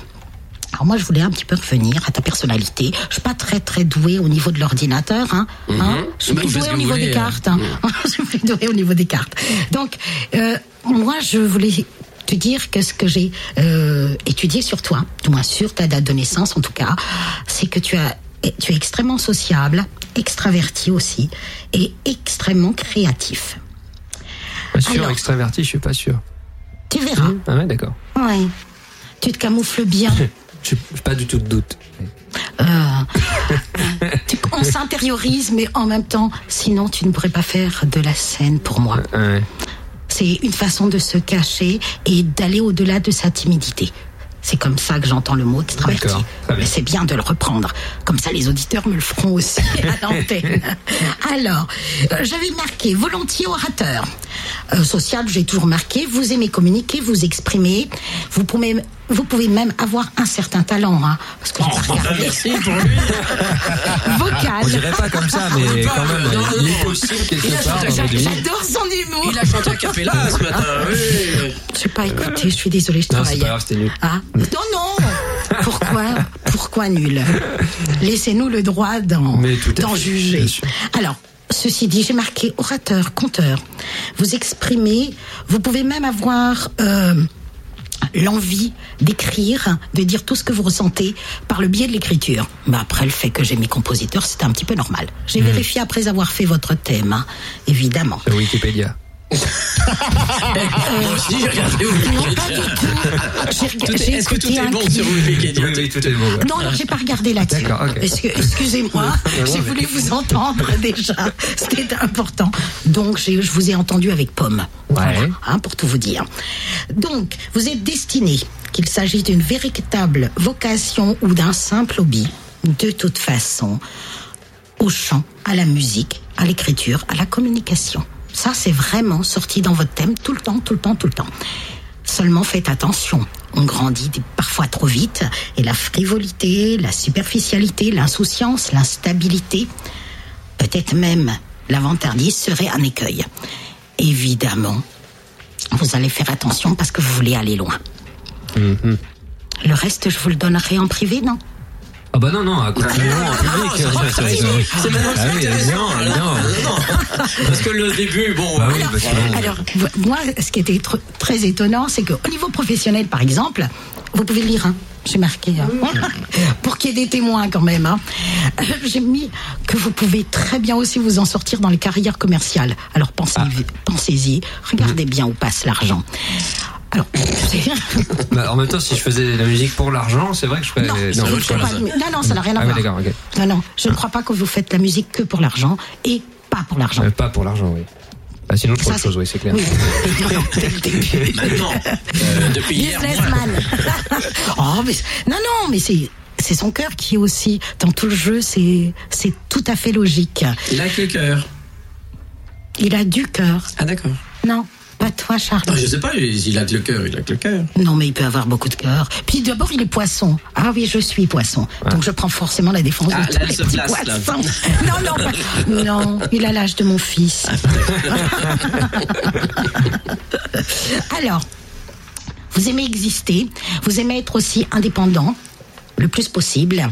Alors moi, je voulais un petit peu revenir à ta personnalité. Je suis pas très très douée au niveau de l'ordinateur. Hein, hein. Je suis Bah, plus vous faites ce douée que au vous niveau voulez, des euh. cartes. hein. *laughs* je suis plus douée au niveau des cartes. Donc, euh, moi, je voulais te dire que ce que j'ai euh, étudié sur toi, du moins sur ta date de naissance en tout cas, c'est que tu as tu es extrêmement sociable, extraverti aussi, et extrêmement créatif. Pas sûr, Alors. Bah, extraverti, je suis pas sûr. Tu verras. Ah ouais, d'accord. Mhm. Ouais. Tu te camoufles bien. Je n'ai pas du tout de doute. Euh, tu- on s'intériorise, mais en même temps, sinon tu ne pourrais pas faire de la scène pour moi. Ouais. C'est une façon de se cacher et d'aller au-delà de sa timidité. C'est comme ça que j'entends le mot extraverti. D'accord, très bien. Mais c'est bien de le reprendre. Comme ça, les auditeurs me le feront aussi à l'antenne. Alors, euh, j'avais marqué volontiers orateur. Euh, social, j'ai toujours marqué. Vous aimez communiquer, vous exprimer. Vous pouvez, vous pouvez même avoir un certain talent. hein, parce que je Oh, vais bah, regarder. merci pour lui. On *laughs* vocal. dirait pas comme ça, mais quand même, Non, non, il est non. possible Il a quelque part. chanté dans à notre vie. J'adore son humour. Il a chanté à Capella ce matin. Oui. Je sais pas écouté, je suis désolée, je Non, c'est travaille. pas grave, c'était nul. Ah non, non Pourquoi Pourquoi nul Laissez-nous le droit d'en Mais tout à d'en fait, juger. bien sûr. Alors, ceci dit, j'ai marqué orateur, conteur. Vous exprimez, vous pouvez même avoir euh, l'envie d'écrire, de dire tout ce que vous ressentez par le biais de l'écriture. Mais après, le fait que j'ai mes compositeurs, c'est un petit peu normal. J'ai Hmm. vérifié après avoir fait votre thème, hein, évidemment. Sur Wikipédia. Moi aussi, j'ai regardé Non, Wikipédia. pas du tout. J'ai Tout rega- est- j'ai Est-ce que tout écouté est un bon clip. sur Wikipédia Oui, oui, tout est beau. ouais. Non, alors j'ai pas regardé là-dessus. D'accord, ok. Parce que- Excusez-moi, j'ai voulu vous entendre déjà. C'était important. Donc, j'ai- je vous ai entendu avec Pomme. Ouais. hein, pour tout vous dire. Donc, vous êtes destiné, qu'il s'agisse d'une véritable vocation ou d'un simple hobby, de toute façon, au chant, à la musique, à l'écriture, à la communication. Ça, c'est vraiment sorti dans votre thème tout le temps, tout le temps, tout le temps. Seulement faites attention, on grandit des- parfois trop vite et la frivolité, la superficialité, l'insouciance, l'instabilité, peut-être même l'avantardise serait un écueil. Évidemment, vous allez faire attention parce que vous voulez aller loin. Le reste, je vous le donnerai en privé, non Ah bah non, non, à continuons en public. c'est vrai, c'est vrai, C'est maintenant que Ah oui, c'est intéressant. non, Alors, non. non. Parce que le début, bon. Bah oui, voilà. bah sinon- Alors, vo- moi, ce qui était tr- très étonnant, c'est qu'au niveau professionnel, par exemple, vous pouvez lire, hein, j'ai marqué, hein, *laughs* pour qu'il y ait des témoins quand même. hein. Euh, J'ai mis que vous pouvez très bien aussi vous en sortir dans les carrières commerciales. Alors pensez, Ah. pensez-y, Mm. regardez bien où passe l'argent. Alors, *laughs* Bah, en même temps, si je faisais de la musique pour l'argent, c'est vrai que je ferais. non, je non, ne crois voilà. pas- non, non, ça n'a rien à Ah oui, voir. d'accord, ok. Non, non, je ne crois pas que vous faites la musique que pour l'argent et pas pour l'argent. Euh, pas pour l'argent, oui. Bah, sinon, je ferais Ça, autre chose, oui, c'est clair. Oui. Dès le début. Maintenant, euh, depuis hier. Businessman. *laughs* oh, mais, non, non, mais c'est. C'est son cœur qui est aussi dans tout le jeu, c'est c'est tout à fait logique. Il a que le cœur. Il a du cœur. Ah, d'accord. Non, pas toi, Non, Charles. je sais pas, il a que le cœur, il a que le cœur. Non, mais il peut avoir beaucoup de cœur. Puis d'abord, il est poisson. Ah oui, je suis poisson. Donc je prends forcément la défense Ah, de tous là, elle les se petits place, là. poissons. *laughs* Non, non, pas- non, il a l'âge de *laughs* mon fils. *laughs* Alors, vous aimez exister, vous aimez être aussi indépendant, le plus possible,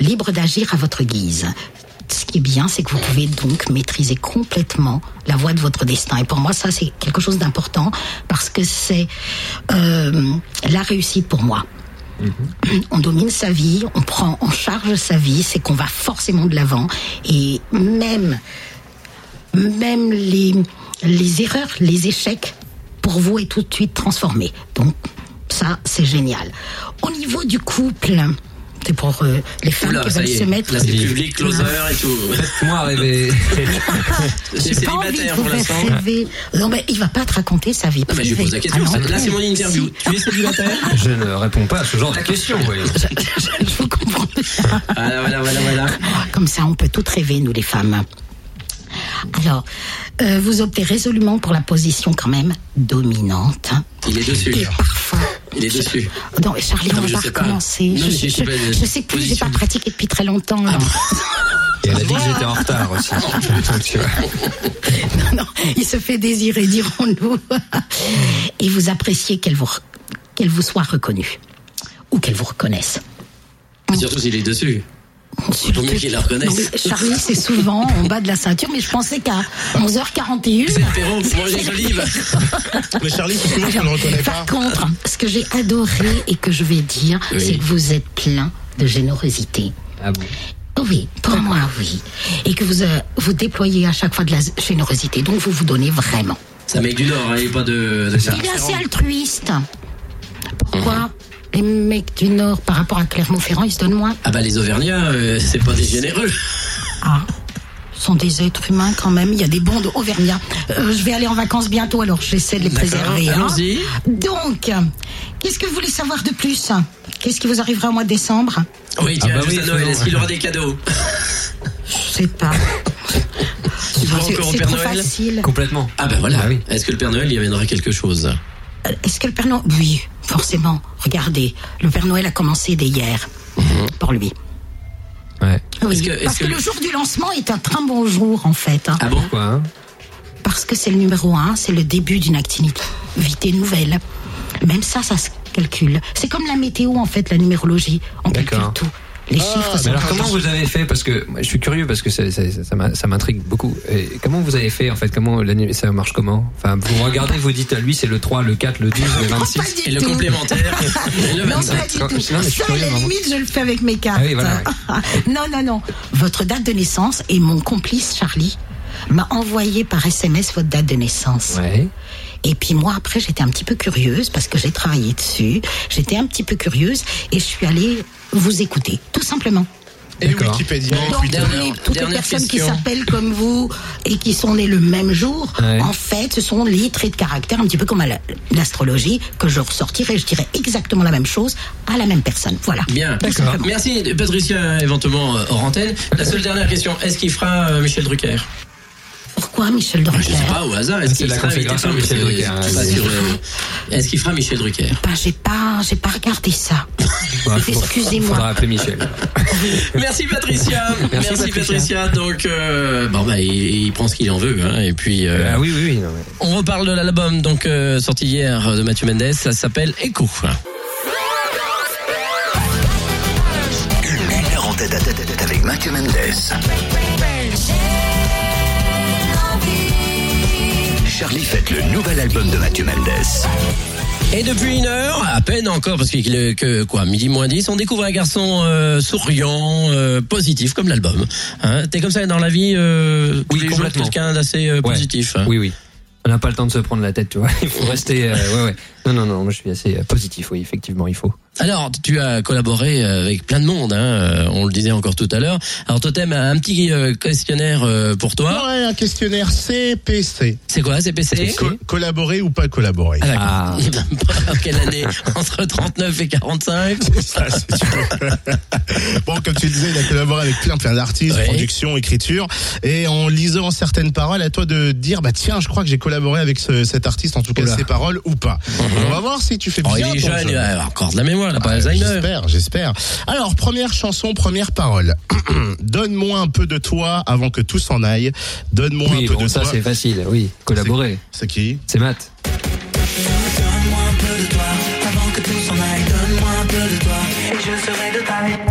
libre d'agir à votre guise. Ce qui est bien, c'est que vous pouvez donc maîtriser complètement la voie de votre destin. Et pour moi, ça, c'est quelque chose d'important parce que c'est euh, la réussite pour moi. on domine sa vie, on prend en charge sa vie, c'est qu'on va forcément de l'avant. Et même, même les, les erreurs, les échecs, pour vous, est tout de suite transformé. Donc, ça, c'est génial. Au niveau du couple, c'est pour euh, les femmes Oula, qui ça veulent y se est. mettre. Là, c'est public, closer et tout. Moi, *laughs* rêver. C'est J'ai pas envie de célibataire vous pour faire l'instant. rêver. Non, mais il va pas te raconter sa vie Non, mais je privée. lui pose la question. Ah non, ah, c'est- Là, c'est mon mais interview. Tu es célibataire Je ne réponds pas à ce genre de questions. voyons. si. *laughs* je vous comprends. Voilà, Ah, voilà, voilà, voilà. Comme ça, on peut toutes rêver, nous les femmes. Alors, euh, vous optez résolument pour la position quand même dominante. Il est dessus. Et parfois. Il est dessus. Non, mais Charlie, Non, on mais je va sais pas. recommencer. Non, je, mais je sais je- pas, euh, je sais plus, j'ai position. Ah pas pratiqué depuis très longtemps. alors. Et elle a dit que j'étais en retard aussi. *laughs* Tu vois. *laughs* Non, il se fait *laughs* désirer, dirons-nous. Et vous appréciez qu'elle vous, qu'elle vous soit reconnue. Ou qu'elle vous reconnaisse. Surtout s'il est dessus. Vaut mieux qu'il la reconnaisse. Non, mais Charlie, c'est souvent en bas de la ceinture, mais je pensais qu'à 11h41. *laughs* C'est Perrault, mangez des olives. Mais Charlie, c'est souvent qu'on ne Eh reconnaît pas. Par contre, ce que j'ai adoré et que je vais dire, ben. Oui. c'est que vous êtes plein de générosité. Ah bon Oui, pour moi, oui. Et que vous, euh, vous déployez à chaque fois de la générosité, donc vous vous donnez vraiment. C'est un mec du Nord, hein, il n'est pas de. de Il est assez altruiste. Mhm. Pourquoi les mecs du Nord, par rapport à Clermont-Ferrand, ils se donnent moins Ah bah les Auvergnats, euh, c'est pas des généreux. Ah, ce sont des êtres humains quand même. Il y a des bons de Auvergnat. Euh, je vais aller en vacances bientôt, alors j'essaie de les préserver. hein. allons-y. Donc, euh, qu'est-ce que vous voulez savoir de plus Qu'est-ce qui vous arrivera au mois de décembre Oui, tiens, Ah bah juste oui, à Noël, faisons. est-ce qu'il aura des cadeaux Je sais pas. Il va C'est- encore au C'est Père trop Noël facile. Complètement. Ah bah voilà. Ah oui. Est-ce que le Père Noël y amènera quelque chose Euh, Est-ce que le Père Noël... Oui, forcément. Regardez, le Père Noël a commencé dès hier. Pour lui. Ouais. Oui, Est-ce que- Mhm. est-ce parce que que, le- le jour du lancement est un très bon jour, en fait. hein. Ah bon Quoi hein Parce que c'est le numéro un, c'est le début d'une activité nouvelle. Même ça, ça se calcule. C'est comme la météo, en fait, la numérologie. On calcule D'accord. tout. Ah. Les chiffres Mais sont... alors comment vous avez fait Parce que moi, je suis curieux parce que ça, ça- ça- ça m'a- ça m'intrigue beaucoup. Et comment vous avez fait en fait Comment l'anime- ça marche comment Enfin, vous regardez, vous dites à lui c'est le 3, le 4, le 12, le Non, pas 26. du Et le tout. complémentaire et le *laughs* Non, 25. pas du Non, tout. non, mais je suis Ça, à curieux, la vraiment. limite, je le fais avec mes cartes. Ah oui, voilà, *laughs* non, non, non. Votre date de naissance et mon complice, Charlie, m'a envoyé par SMS votre date de naissance. Ouais. Et puis moi, après, j'étais un petit peu curieuse parce que j'ai travaillé dessus. J'étais un petit peu curieuse et je suis allée vous écouter, tout simplement. Et D'accord. Wikipédia, Donc, Twitter. dernière- les- toutes les dernière personnes question. qui s'appellent comme vous et qui sont nées le même jour, Ouais. en fait, ce sont les traits de caractère, un petit peu comme à la- l'astrologie, que je ressortirai. Je dirais exactement la même chose à la même personne. Voilà. Bien. Tout simplement. Merci Patricia, éventuellement euh, hors antenne. La seule dernière question, est-ce qu'il fera euh, Michel Drucker Pourquoi Michel Je sais Drucker pas au hasard, est-ce Ah, C'est qu'il la sera invité configuration par- Michel parce que Drucker, je suis pas hein, sûr, euh, Est-ce qu'il fera Michel Drucker Bah, j'ai pas, j'ai pas regardé ça. Bah, faut- Excusez-moi. Faudra appeler Michel. Merci Patricia. Merci, *laughs* Merci, Patricia. Donc euh, bon bah il, il prend ce qu'il en veut hein, et puis euh, Ah oui, oui, oui. non, mais- on reparle de l'album donc euh, sorti hier euh, de Mathieu Mendes, ça s'appelle Echo. Une heure en tête à tête à tête avec Mathieu Mendes. Charlie fête le nouvel album de Mathieu Mendes. Et depuis une heure, à peine encore parce qu'il est que quoi midi moins 10, on découvre un garçon euh, souriant, euh, positif comme l'album. Hein, T'es comme ça dans la vie euh, tous Oui, les jours complètement. quelqu'un d'assez euh, Ouais. positif. hein. Oui, oui. On n'a pas le temps de se prendre la tête, tu vois. Il faut rester. euh, ouais, ouais. Non, non, non. Moi, je suis assez euh, positif. Oui, effectivement, il faut. Alors, tu as collaboré avec plein de monde, hein, euh, on le disait encore tout à l'heure. Alors, Totem a un petit euh, questionnaire euh, pour toi. Ouais, un questionnaire CPC. C'est quoi, CPC Co- collaborer ou pas collaborer Ah, d'accord. *laughs* Ah. Quelle année *laughs* Entre 39 et 45 *laughs* Ça, c'est sûr. *laughs* bon, comme tu disais, il a collaboré avec plein, plein d'artistes, Ouais. production, écriture. Et en lisant certaines paroles, à toi de dire, bah tiens, je crois que j'ai collaboré avec ce- cet artiste, en tout cas Oula. ses paroles ou pas. On va voir si tu fais Oh, bien. il est ton jeune, jeu. il a encore de la mémoire, il Ah, n'a pas Euh, Alzheimer. J'espère, j'espère. Alors, première chanson, première parole. *clears throat* Donne-moi un peu de toi avant que tout s'en aille. Donne-moi Oui, un peu bon, de ça toi. c'est facile. Oui, collaborer. C'est qui C'est Matt.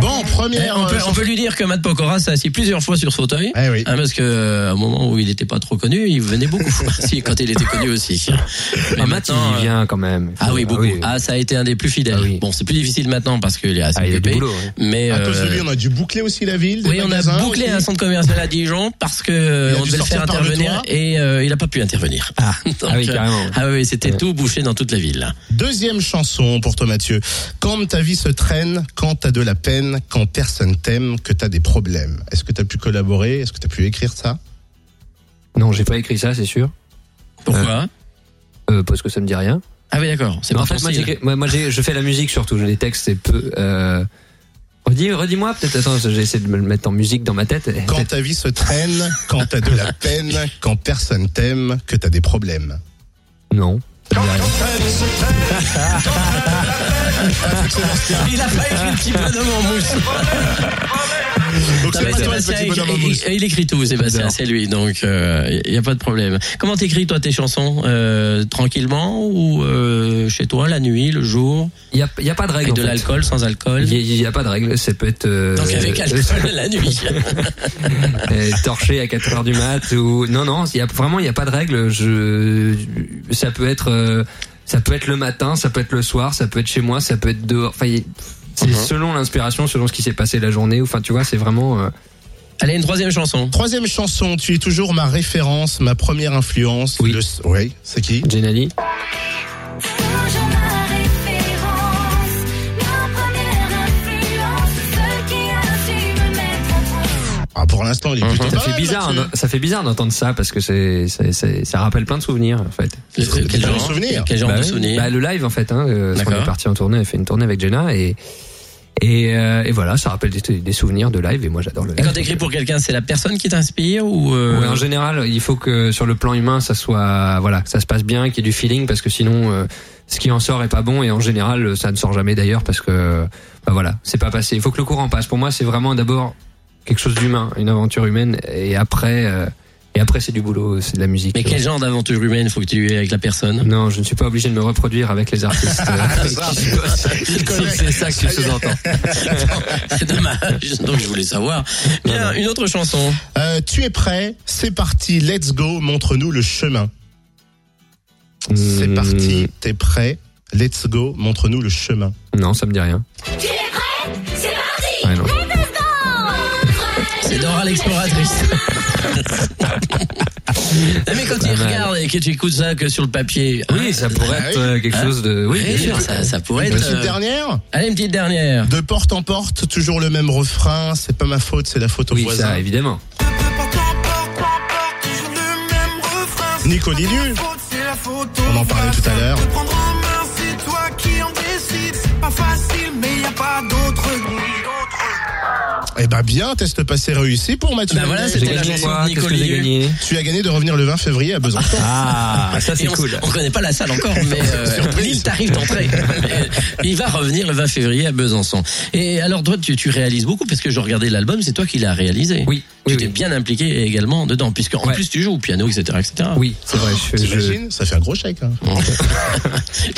Bon, pre- Eh, première. on, peut, euh, on peut lui dire que Matt Pokora s'est assis plusieurs fois sur ce fauteuil. Eh oui. Hein, parce que euh, au moment où il n'était pas trop connu, il venait *laughs* beaucoup. si, quand il était connu aussi. Mais Ah, Matt, maintenant, il y vient quand même. Ah oui, beaucoup. Ah, oui. ça a été un des plus fidèles. Ah oui. Bon, c'est plus difficile maintenant parce qu'il est assez Ah, il y a du occupé. boulot, ouais. Mais À cause de euh, lui, on a dû boucler aussi la ville. des oui, on a magasins bouclé aussi. un centre commercial à Dijon parce que Il a euh, on dû devait le faire sortir par le intervenir toit. et euh, il n'a pas pu intervenir. *laughs* Ah, donc, Ah oui, euh, carrément. ah oui, c'était tout bouché dans toute la ville. Deuxième chanson pour toi, Mathieu. Quand ta vie se traîne, quand t'as de la peine, quand personne t'aime, que t'as des problèmes. Est-ce que t'as pu collaborer Est-ce que t'as pu écrire ça Non, j'ai pas écrit ça, c'est sûr. Pourquoi Euh, parce que ça me dit rien. Ah oui, d'accord. C'est Mais pas en fait, moi, facile. j'ai- moi, moi, j'ai- je fais la musique surtout. Les textes, c'est peu. Euh... Redis, redis-moi peut-être. Attends, j'ai essayé de me le mettre en musique dans ma tête. Quand ta vie se traîne, quand t'as de *laughs* la peine, quand personne t'aime, que t'as des problèmes. Non. ça me dit rien. Il a pas écrit le petit bonhomme en mousse. Donc Non, c'est mais pas toi le Sébastien, petit bonhomme en il- mousse. il, il écrit tout, Sébastien, J'adore. c'est lui, donc il n'y a pas de problème. Comment t'écris toi tes chansons euh, Tranquillement ou euh, chez toi, la nuit, le jour Il y a, il y a pas de règle. Avec en de fait. l'alcool, sans alcool Il y a- il y a, pas de règle. Ça peut être. euh, Donc *laughs* avec alcool, la nuit. *laughs* euh, torché à 4 heures du mat ou non non il y a vraiment il y a pas de règle je ça peut être euh, ça peut être le matin ça peut être le soir ça peut être chez moi ça peut être dehors enfin il- c'est selon l'inspiration selon ce qui s'est passé la journée enfin tu vois c'est vraiment euh, Allez, une troisième chanson. Troisième chanson, tu es toujours ma référence, ma première influence. Oui. Le- Oui, c'est qui Jenali Toujours ma référence, ma première influence, ce qui assume mes propos. ah, Pour l'instant, il est plutôt ça pas fait bah mal, bizarre Mathieu. hein, ça fait bizarre d'entendre ça parce que c'est c'est- c'est- ça rappelle plein de souvenirs en fait Quel Quel genre, souvenir quel genre Bah de oui. souvenir Bah, le live en fait hein, euh, on D'accord. est parti en tournée on a fait une tournée avec Jenna et et, euh, et voilà ça rappelle des, des souvenirs de live et moi j'adore le Et live quand t'écris pour quelqu'un, c'est la personne qui t'inspire ou euh, Ouais, en général, il faut que sur le plan humain, ça soit voilà, que ça se passe bien, qu'il y ait du feeling, parce que sinon, euh, ce qui en sort est pas bon. Et en général, euh, ça ne sort jamais d'ailleurs, parce que bah voilà, c'est pas passé. Il faut que le courant passe. Pour moi, c'est vraiment d'abord quelque chose d'humain, une aventure humaine, et après, euh, et après, c'est du boulot, c'est de la musique. Mais quel genre d'aventure humaine faut que tu aies avec la personne Non, je ne suis pas obligé de me reproduire avec les artistes. euh, Ah, avec *laughs* qui je bosse. c'est ça que tu sous-entends. C'est dommage. Donc je voulais savoir. Ah Bien, une autre chanson. Euh, Tu es prêt C'est parti, let's go, montre-nous le chemin. *laughs* C'est Hmm, parti, t'es prêt Let's go, montre-nous le chemin. Hmm, Non, ça me dit rien. Tu es prêt C'est parti Ouais, non. C'est Dora l'exploratrice. Ah, Mais quand tu Pas mal. regardes et que tu écoutes ça que sur le papier. Oui, hein, ça pourrait Ah être oui. euh, quelque chose de. Oui, oui, bien sûr. ça, ça pourrait être. Petite euh, dernière Allez, une petite dernière. De porte en porte, toujours le même refrain. C'est pas ma faute, c'est la faute au Oui, voisin. ça, évidemment. Nico Didu. On en parlait tout à l'heure. Eh ben bien, test passé réussi pour Mathieu. Bah voilà, Mendes. c'était J'ai la gagné chanson quoi de Qu'est-ce Nico que j'ai Liu. gagné Tu as gagné de revenir le 20 février à Besançon. Ah, ça c'est Et on, cool. on connaît pas la salle *laughs* encore, mais euh, Lille t'arrive d'entrée. Mais il va revenir le 20 février à Besançon. Et alors toi, tu, tu réalises beaucoup parce que je regardais l'album, c'est toi qui l'as réalisé. Oui, Tu oui, t'es oui. bien impliqué également dedans, puisque en Ouais. plus tu joues au piano, etc., etc. Oui, c'est vrai. je- je- T'imagines Ça fait un gros chèque. hein.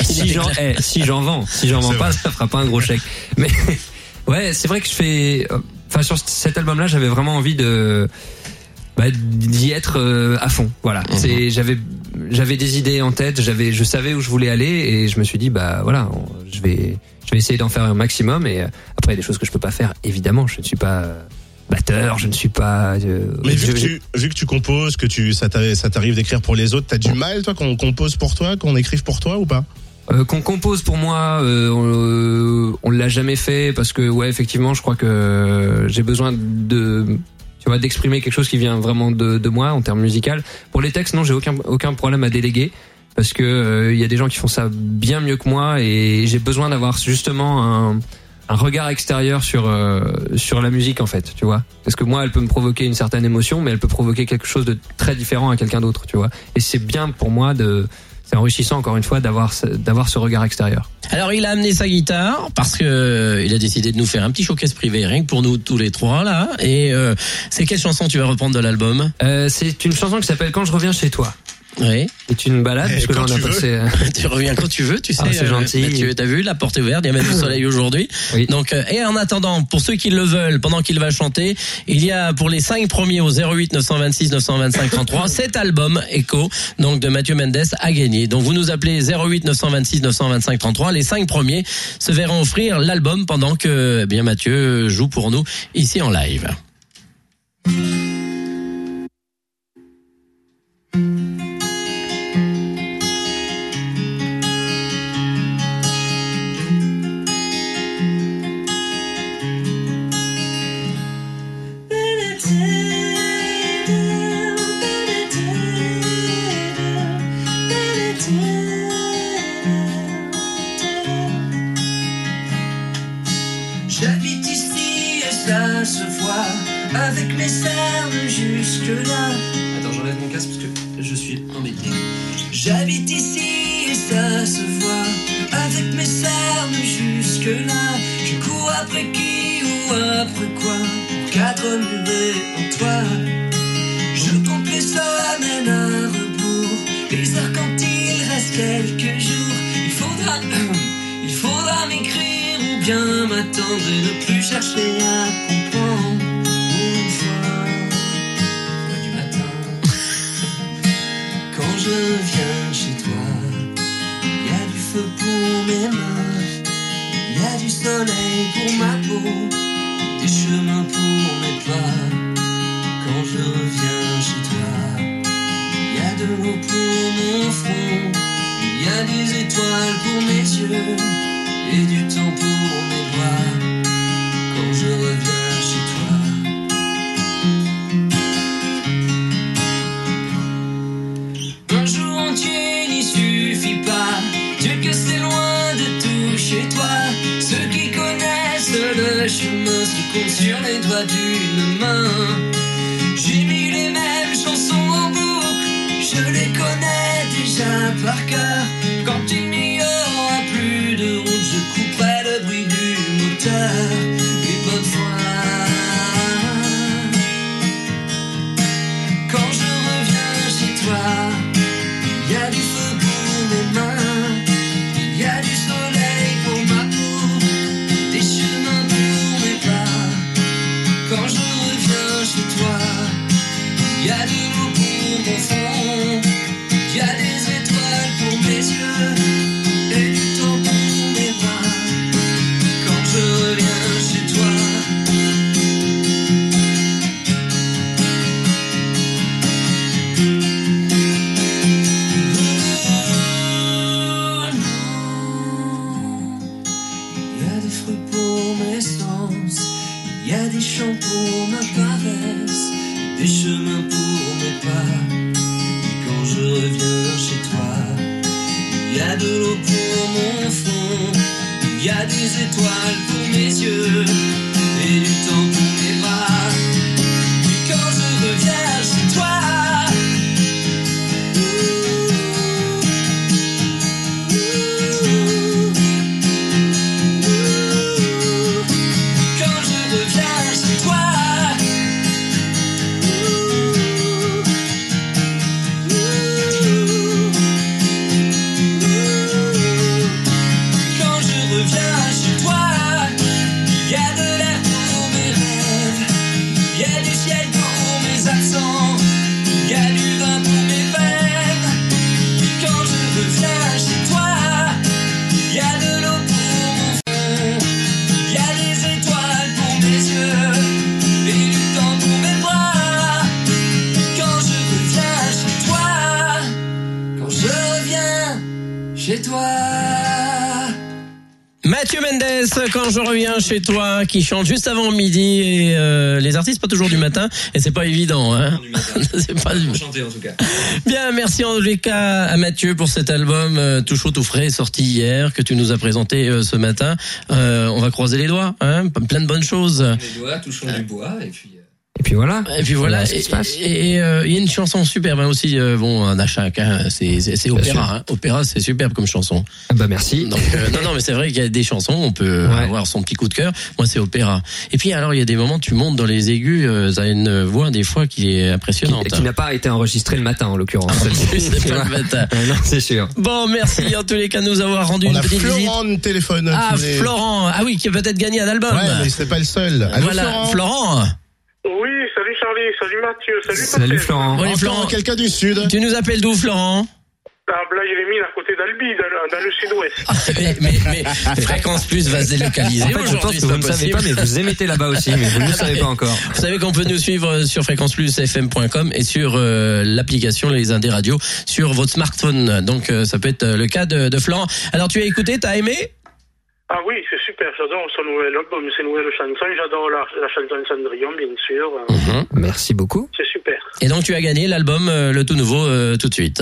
si j'en eh, si j'en vends, si j'en vends C'est pas, ça fera pas un gros chèque. Mais *laughs* ouais, c'est vrai que je fais. euh, Enfin, sur cet album-là, j'avais vraiment envie de bah, d'y être euh, à fond. Voilà. Mhm. C'est j'avais j'avais des idées en tête. J'avais je savais où je voulais aller et je me suis dit bah voilà, on- je vais je vais essayer d'en faire un maximum. Et euh, après, il y a des choses que je peux pas faire. Évidemment, je ne suis pas euh, batteur, je ne suis pas. euh, Mais vu je- que, tu, vu que tu composes, que tu, ça t'a- ça t'arrive d'écrire pour les autres, t'as du mal, toi, qu'on compose pour toi, qu'on écrive pour toi ou pas Euh, qu'on compose pour moi, euh, on, euh, on l'a jamais fait parce que ouais effectivement je crois que euh, j'ai besoin de tu vois d'exprimer quelque chose qui vient vraiment de, de moi en termes musical. Pour les textes non j'ai aucun aucun problème à déléguer parce que euh, il y a des gens qui font ça bien mieux que moi et j'ai besoin d'avoir justement un un regard extérieur sur euh, sur la musique en fait tu vois parce que moi elle peut me provoquer une certaine émotion mais elle peut provoquer quelque chose de très différent à quelqu'un d'autre tu vois et c'est bien pour moi de c'est enrichissant encore une fois d'avoir ce- d'avoir ce regard extérieur. Alors il a amené sa guitare parce que euh, il a décidé de nous faire un petit showcase privé rien que pour nous tous les trois là. Et euh, c'est quelle chanson tu vas reprendre de l'album Euh, c'est une chanson qui s'appelle Quand je reviens chez toi. Oui. Et tu me balades, Eh, parce que là, quand on a tu veux. passé. euh, *laughs* tu reviens quand tu veux, tu sais. Ah, c'est euh, gentil. Mathieu, t'as vu, la porte est ouverte, il y a même du soleil aujourd'hui. *laughs* Oui. Donc, euh, et en attendant, pour ceux qui le veulent, pendant qu'il va chanter, il y a pour les cinq premiers au 08 926 925 *laughs* 33 cet album Echo, donc de Mathieu Mendes à gagner. Donc vous nous appelez 08 926 925 33. Les cinq premiers se verront offrir l'album pendant que eh bien Mathieu joue pour nous ici en live. J'habite ici et ça se voit avec mes cernes jusque-là. Attends, j'enlève mon casque parce que je suis embêté. J'habite ici et ça se voit avec mes cernes jusque-là. Je cours après qui ou après quoi pour quatre murs en toi. Je compte les semaines à rebours, les heures quand il reste quelques jours. Il faudra, *clears throat* il faudra m'écrire ou bien m'attendre et ne plus chercher à comprendre. Pour une fois, du matin, quand je viens chez toi, il y a du feu pour mes mains, il y a du soleil pour ma peau, des chemins pour mes pas. Quand je reviens chez toi, il y a de l'eau pour mon front, il y a des étoiles pour mes yeux et du temps pour mes doigts. Quand je reviens chez toi, un jour entier n'y suffit pas. Dieu que c'est loin de tout chez toi. Ceux qui connaissent le chemin se comptent sur les doigts d'une main. J'ai mis les mêmes chansons en boucle, je les connais déjà par cœur. Quand il n'y aura plus de route, je couperai le bruit du moteur. Une bonne fois, quand je reviens chez toi, il y a du feu pour mes mains, il y a du soleil pour ma peau, des chemins pour mes pas. Quand je reviens chez toi, il y a de l'eau pour mon front, il y a des étoiles pour mes yeux et du temps pour mes bras. Quand je reviens chez toi, il y a des fruits pour mes sens. Il y a des champs pour ma paresse, des chemins pour mes pas. Et quand je reviens chez toi, il y a de l'eau pour mon front, il y a des étoiles pour mes yeux et du temps pour mes bras. Et quand je reviens chez toi, quand je reviens chez toi. Quand je reviens chez toi, il y a de l'air pour mes rêves, il y a du ciel pour mes absents, il y a du vin pour mes peines. Et quand je reviens chez toi, il y a de l'eau pour mon front. Il y a des étoiles pour mes yeux et du temps pour mes bras. Quand je reviens chez toi, quand je reviens euh, chez toi. Mathieu Mendes, quand je reviens chez toi, qui chante juste avant midi et euh, les artistes pas toujours du matin et c'est pas évident. Hein *laughs* c'est pas du- chanter, en tout cas. Bien, merci en tous les cas à Mathieu pour cet album euh, tout chaud tout frais sorti hier que tu nous as présenté euh, ce matin. Euh, on va croiser les doigts, hein, plein de bonnes choses. Les doigts, touchons du bois, et puis. Et puis voilà. Et puis voilà, ce qui et se passe. et- et, euh, il y a une chanson superbe hein, aussi, euh, bon, un achat, hein, c'est c'est- c'est sûr. opéra, hein. opéra c'est superbe comme chanson. Ah Bah merci. Donc, euh, non, non, mais c'est vrai qu'il y a des chansons, on peut Ouais. avoir son petit coup de cœur. Moi, c'est opéra. Et puis, alors, il y a des moments, tu montes dans les aigus, euh, t'as une voix des fois qui est Qui, impressionnante. qui n'a pas été enregistré le matin en l'occurrence. Ah, *laughs* c'est pas le matin. Ouais, non, c'est sûr. Bon, merci en tous les cas de nous avoir rendu On une a petite visite. euh, Florent de téléphone. Ah, tu voulais- Florent. Ah oui, qui a peut-être gagné un album. Ouais, mais c'est pas le seul. Allô, voilà, Florent. Florent. Oui, salut Charlie, salut Mathieu, salut Salut Florent. Oui, Encore Florent. quelqu'un du Sud. Tu nous appelles d'où, *laughs* Florent Ah, là, il est mis à côté d'Albi, dans, le- dans le sud-ouest. mais, mais, mais Fréquence Plus va se délocaliser En fait, je pense aujourd'hui, que c'est vous pas ne savez possible. pas, mais vous émettez là-bas aussi, mais vous ne le savez pas encore. Vous savez qu'on peut nous suivre euh, sur fréquenceplusfm.com et sur euh, l'application Les Indés Radio sur votre smartphone. Donc euh, ça peut être euh, le cas de, de Florent. Alors tu as écouté, t'as aimé Ah oui, c'est super, j'adore son nouvel album, ses nouvelles chansons, j'adore la, la chanson Cendrillon, bien sûr. Mm. euh, Mhm. Merci beaucoup. C'est super. Et donc tu as gagné l'album, euh, le tout nouveau, euh, tout de suite.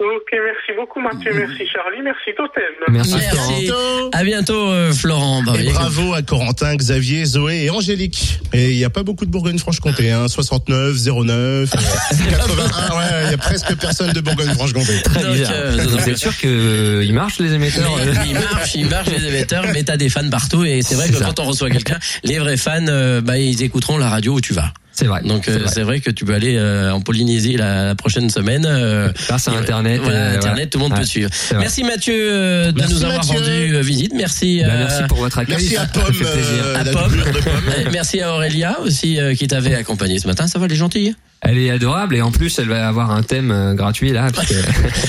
Ok, merci beaucoup Mathieu, Mm. merci Charlie, merci Totem. Merci, Merci. Florent. À bientôt, euh, Florent. Bah, Et oui. bravo à Corentin, Xavier, Zoé et Angélique. Et il n'y a pas beaucoup de Bourgogne-Franche-Comté, hein. 69, 09, euh, Ah, *laughs* 81. Ouais, il y a presque personne de Bourgogne-Franche-Comté. Très Donc, bizarre. euh, donc, vous êtes sûr que euh, ils marchent les émetteurs euh, Mais il marche, il marche les émetteurs, mais t'as des fans partout et c'est vrai C'est que ça. quand on reçoit quelqu'un, les vrais fans, euh, bah, ils écouteront la radio où tu vas. C'est vrai. Donc euh, c'est vrai. c'est vrai que tu peux aller euh, en Polynésie la, la prochaine semaine. euh, Grâce à Internet, Voilà, euh, Internet, voilà. tout le monde Ouais, peut suivre. c'est vrai. Merci Mathieu euh, de Merci, nous avoir Mathieu. rendu euh, visite. Merci. Bah, euh, merci pour votre accueil. Merci à Ça Pomme, fait plaisir. euh, à la Pomme. doublure de Pomme. Euh, *laughs* Merci à Aurélia aussi euh, qui t'avait accompagné ce matin. Ça va les gentils Elle est adorable et en plus elle va avoir un thème euh, gratuit là. parce *laughs* que-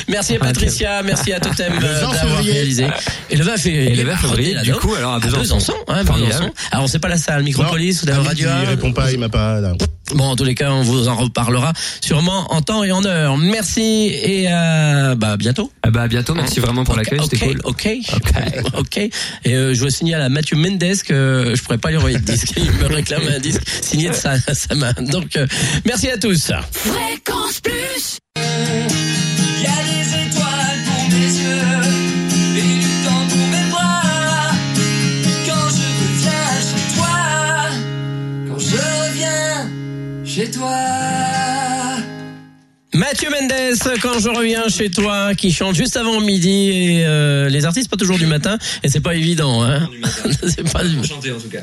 Merci à Patricia, merci à Totem Le euh, 20 d'avoir février. réalisé. Et le 20 février. Et le 20 ah, février, retenez-la du donc. coup, alors, à Besançon. hein, Formidable. Besançon. Alors on sait pas la salle, Micropolis ou la Non, Ah, radio. Il répond pas, il m'a pas, là. Bon, en tous les cas, on vous en reparlera sûrement en temps et en heure. Merci et euh, bah à bientôt. Ah bah à bientôt, merci vraiment pour Ok, l'accueil, ok, c'était cool. ok, *laughs* ok, Et euh, je signale à Mathieu Mendes que euh, je pourrais pas lui envoyer de disque. *laughs* Il me réclame un disque signé de sa, *laughs* sa main. Donc, euh, merci à tous. Fréquence Plus. Y a des étoiles pour mes yeux et du temps pour mes bras. Quand je reviens chez toi, quand je reviens chez toi. Mathieu Mendes, quand je reviens chez toi, qui chante juste avant midi et euh, les artistes pas toujours du matin et c'est pas évident. Hein *laughs* c'est pas du- Chanter en tout cas.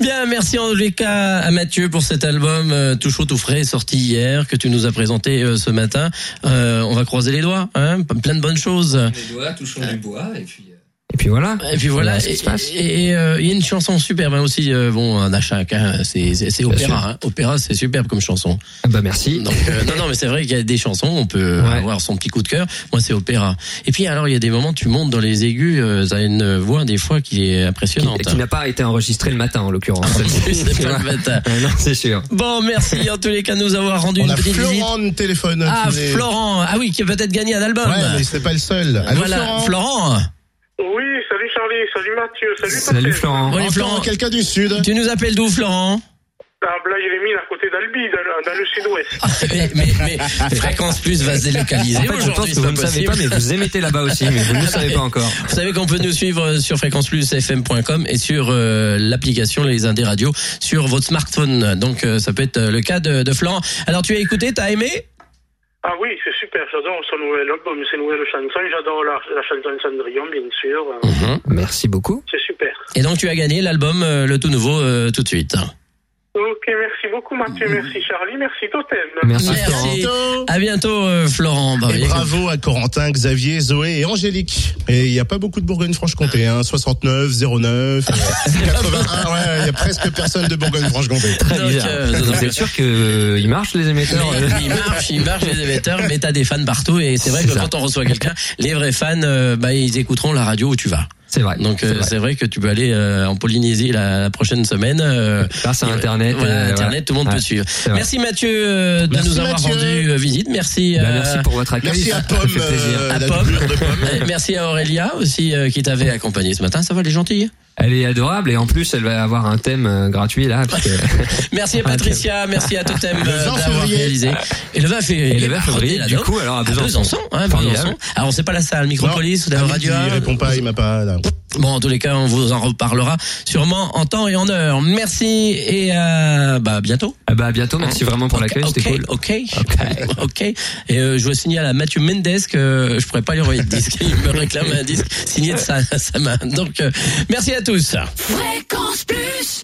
Bien, merci en tous les cas à Mathieu pour cet album euh, tout chaud, tout frais, sorti hier, que tu nous as présenté euh, ce matin. Euh, on va croiser les doigts, hein, p- plein de bonnes choses. Les doigts, touchons du bois et puis. euh, Et puis voilà. Et puis voilà, ce qui et se passe. et- et, euh, il y a une chanson superbe hein, aussi, euh, bon, un achat, hein, c'est c'est- c'est sûr. opéra. Hein, opéra, c'est superbe comme chanson. Ah bah merci. Donc, euh, non, non, mais c'est vrai qu'il y a des chansons, on peut Ouais. avoir son petit coup de cœur. Moi, c'est opéra. Et puis alors, il y a des moments, tu montes dans les aigus, euh, t'as une voix des fois qui est Qui, impressionnante. *laughs* qui n'a pas été enregistré le matin en l'occurrence. Ah, *laughs* C'est pas le matin. Ouais, non, c'est sûr. Bon, merci en tous les cas de nous avoir rendu On une a petite visite. Florent de téléphone. tu Ah, voulais- Florent. Ah oui, qui a peut-être gagné un album. Ouais, mais c'est pas le seul. Allô, voilà, Florent. Florent. Oui, salut Charlie, salut Mathieu, salut Totem. Salut Florent. Oui, Encore Florent. quelqu'un du Sud. Tu nous appelles d'où, Florent Ah, là, il est mis à côté d'Albi, dans, le- dans le sud-ouest. *laughs* mais, mais, mais Fréquence Plus va se délocaliser En fait, je pense aujourd'hui, c'est que vous pas ne savez pas, possible. mais *laughs* vous émettez là-bas aussi, mais vous ne le savez pas encore. Vous savez qu'on peut nous suivre euh, sur fréquenceplusfm.com et sur euh, l'application Les Indés Radio sur votre smartphone. Donc euh, ça peut être euh, le cas de, de Florent. Alors tu as écouté, t'as aimé Ah oui, c'est super, j'adore son nouvel album, ses nouvelles chansons, j'adore la, la chanson Cendrillon, bien sûr. euh, Mm-hmm. Merci beaucoup. C'est super. Et donc tu as gagné l'album, euh, le tout nouveau, euh, tout de suite. Ok, merci beaucoup Mm. Mathieu, merci Charlie, merci Totem. Merci, Florent. À bientôt, euh, Florent. Bah, Et oui. bravo à Corentin, Xavier, Zoé et Angélique. Et il n'y a pas beaucoup de Bourgogne-Franche-Comté, hein. 69, 09, euh, Ah, 81. Ouais, il y a presque personne de Bourgogne-Franche-Comté. Très Donc, bizarre. euh, donc, vous êtes sûr que euh, ils marchent les émetteurs Mais euh il marche, il marche les émetteurs, mais t'as des fans partout et c'est vrai que C'est ça. quand on reçoit quelqu'un, les vrais fans, euh, bah, ils écouteront la radio où tu vas. *laughs* C'est vrai. Donc euh, c'est vrai. c'est vrai que tu peux aller euh, en Polynésie la, la prochaine semaine. euh, Grâce à Internet. voilà, euh, voilà. Internet, tout le monde peut Ouais. suivre. vrai. Merci Mathieu euh, de Merci, nous avoir Mathieu. rendu euh, visite. Merci. Bah, euh, merci pour votre accueil. Merci à ça fait Pomme, plaisir. euh, à la Pomme. doublure de Pomme. Euh, *laughs* Merci à Aurélia aussi euh, qui t'avait accompagné ce matin. Ça va les gentils Elle est adorable et en plus elle va avoir un thème euh, gratuit là. *laughs* parce que- Ah, Merci à Patricia, merci à Totem euh, 20 d'avoir février. réalisé. Et le 20 février. Et le 20 février, retenez-la du donc. coup, alors à À Besançon. Besançon, Ah, hein, Formidable. Besançon. Alors, c'est pas la salle Micropolis ou la Non, radio. Il répond pas, il m'a pas, là. Bon, en tous les cas, on vous en reparlera sûrement en temps et en heure. Merci et euh, bah, à bientôt. Ah bah à bientôt, merci vraiment pour l'accueil, c'était cool. ok, ok, *laughs* ok. Et euh, je signale à Mathieu Mendes que euh, je pourrais pas lui envoyer de disque. *laughs* Il me réclame un disque signé de sa, sa main. Donc, euh, merci à tous. Fréquence Plus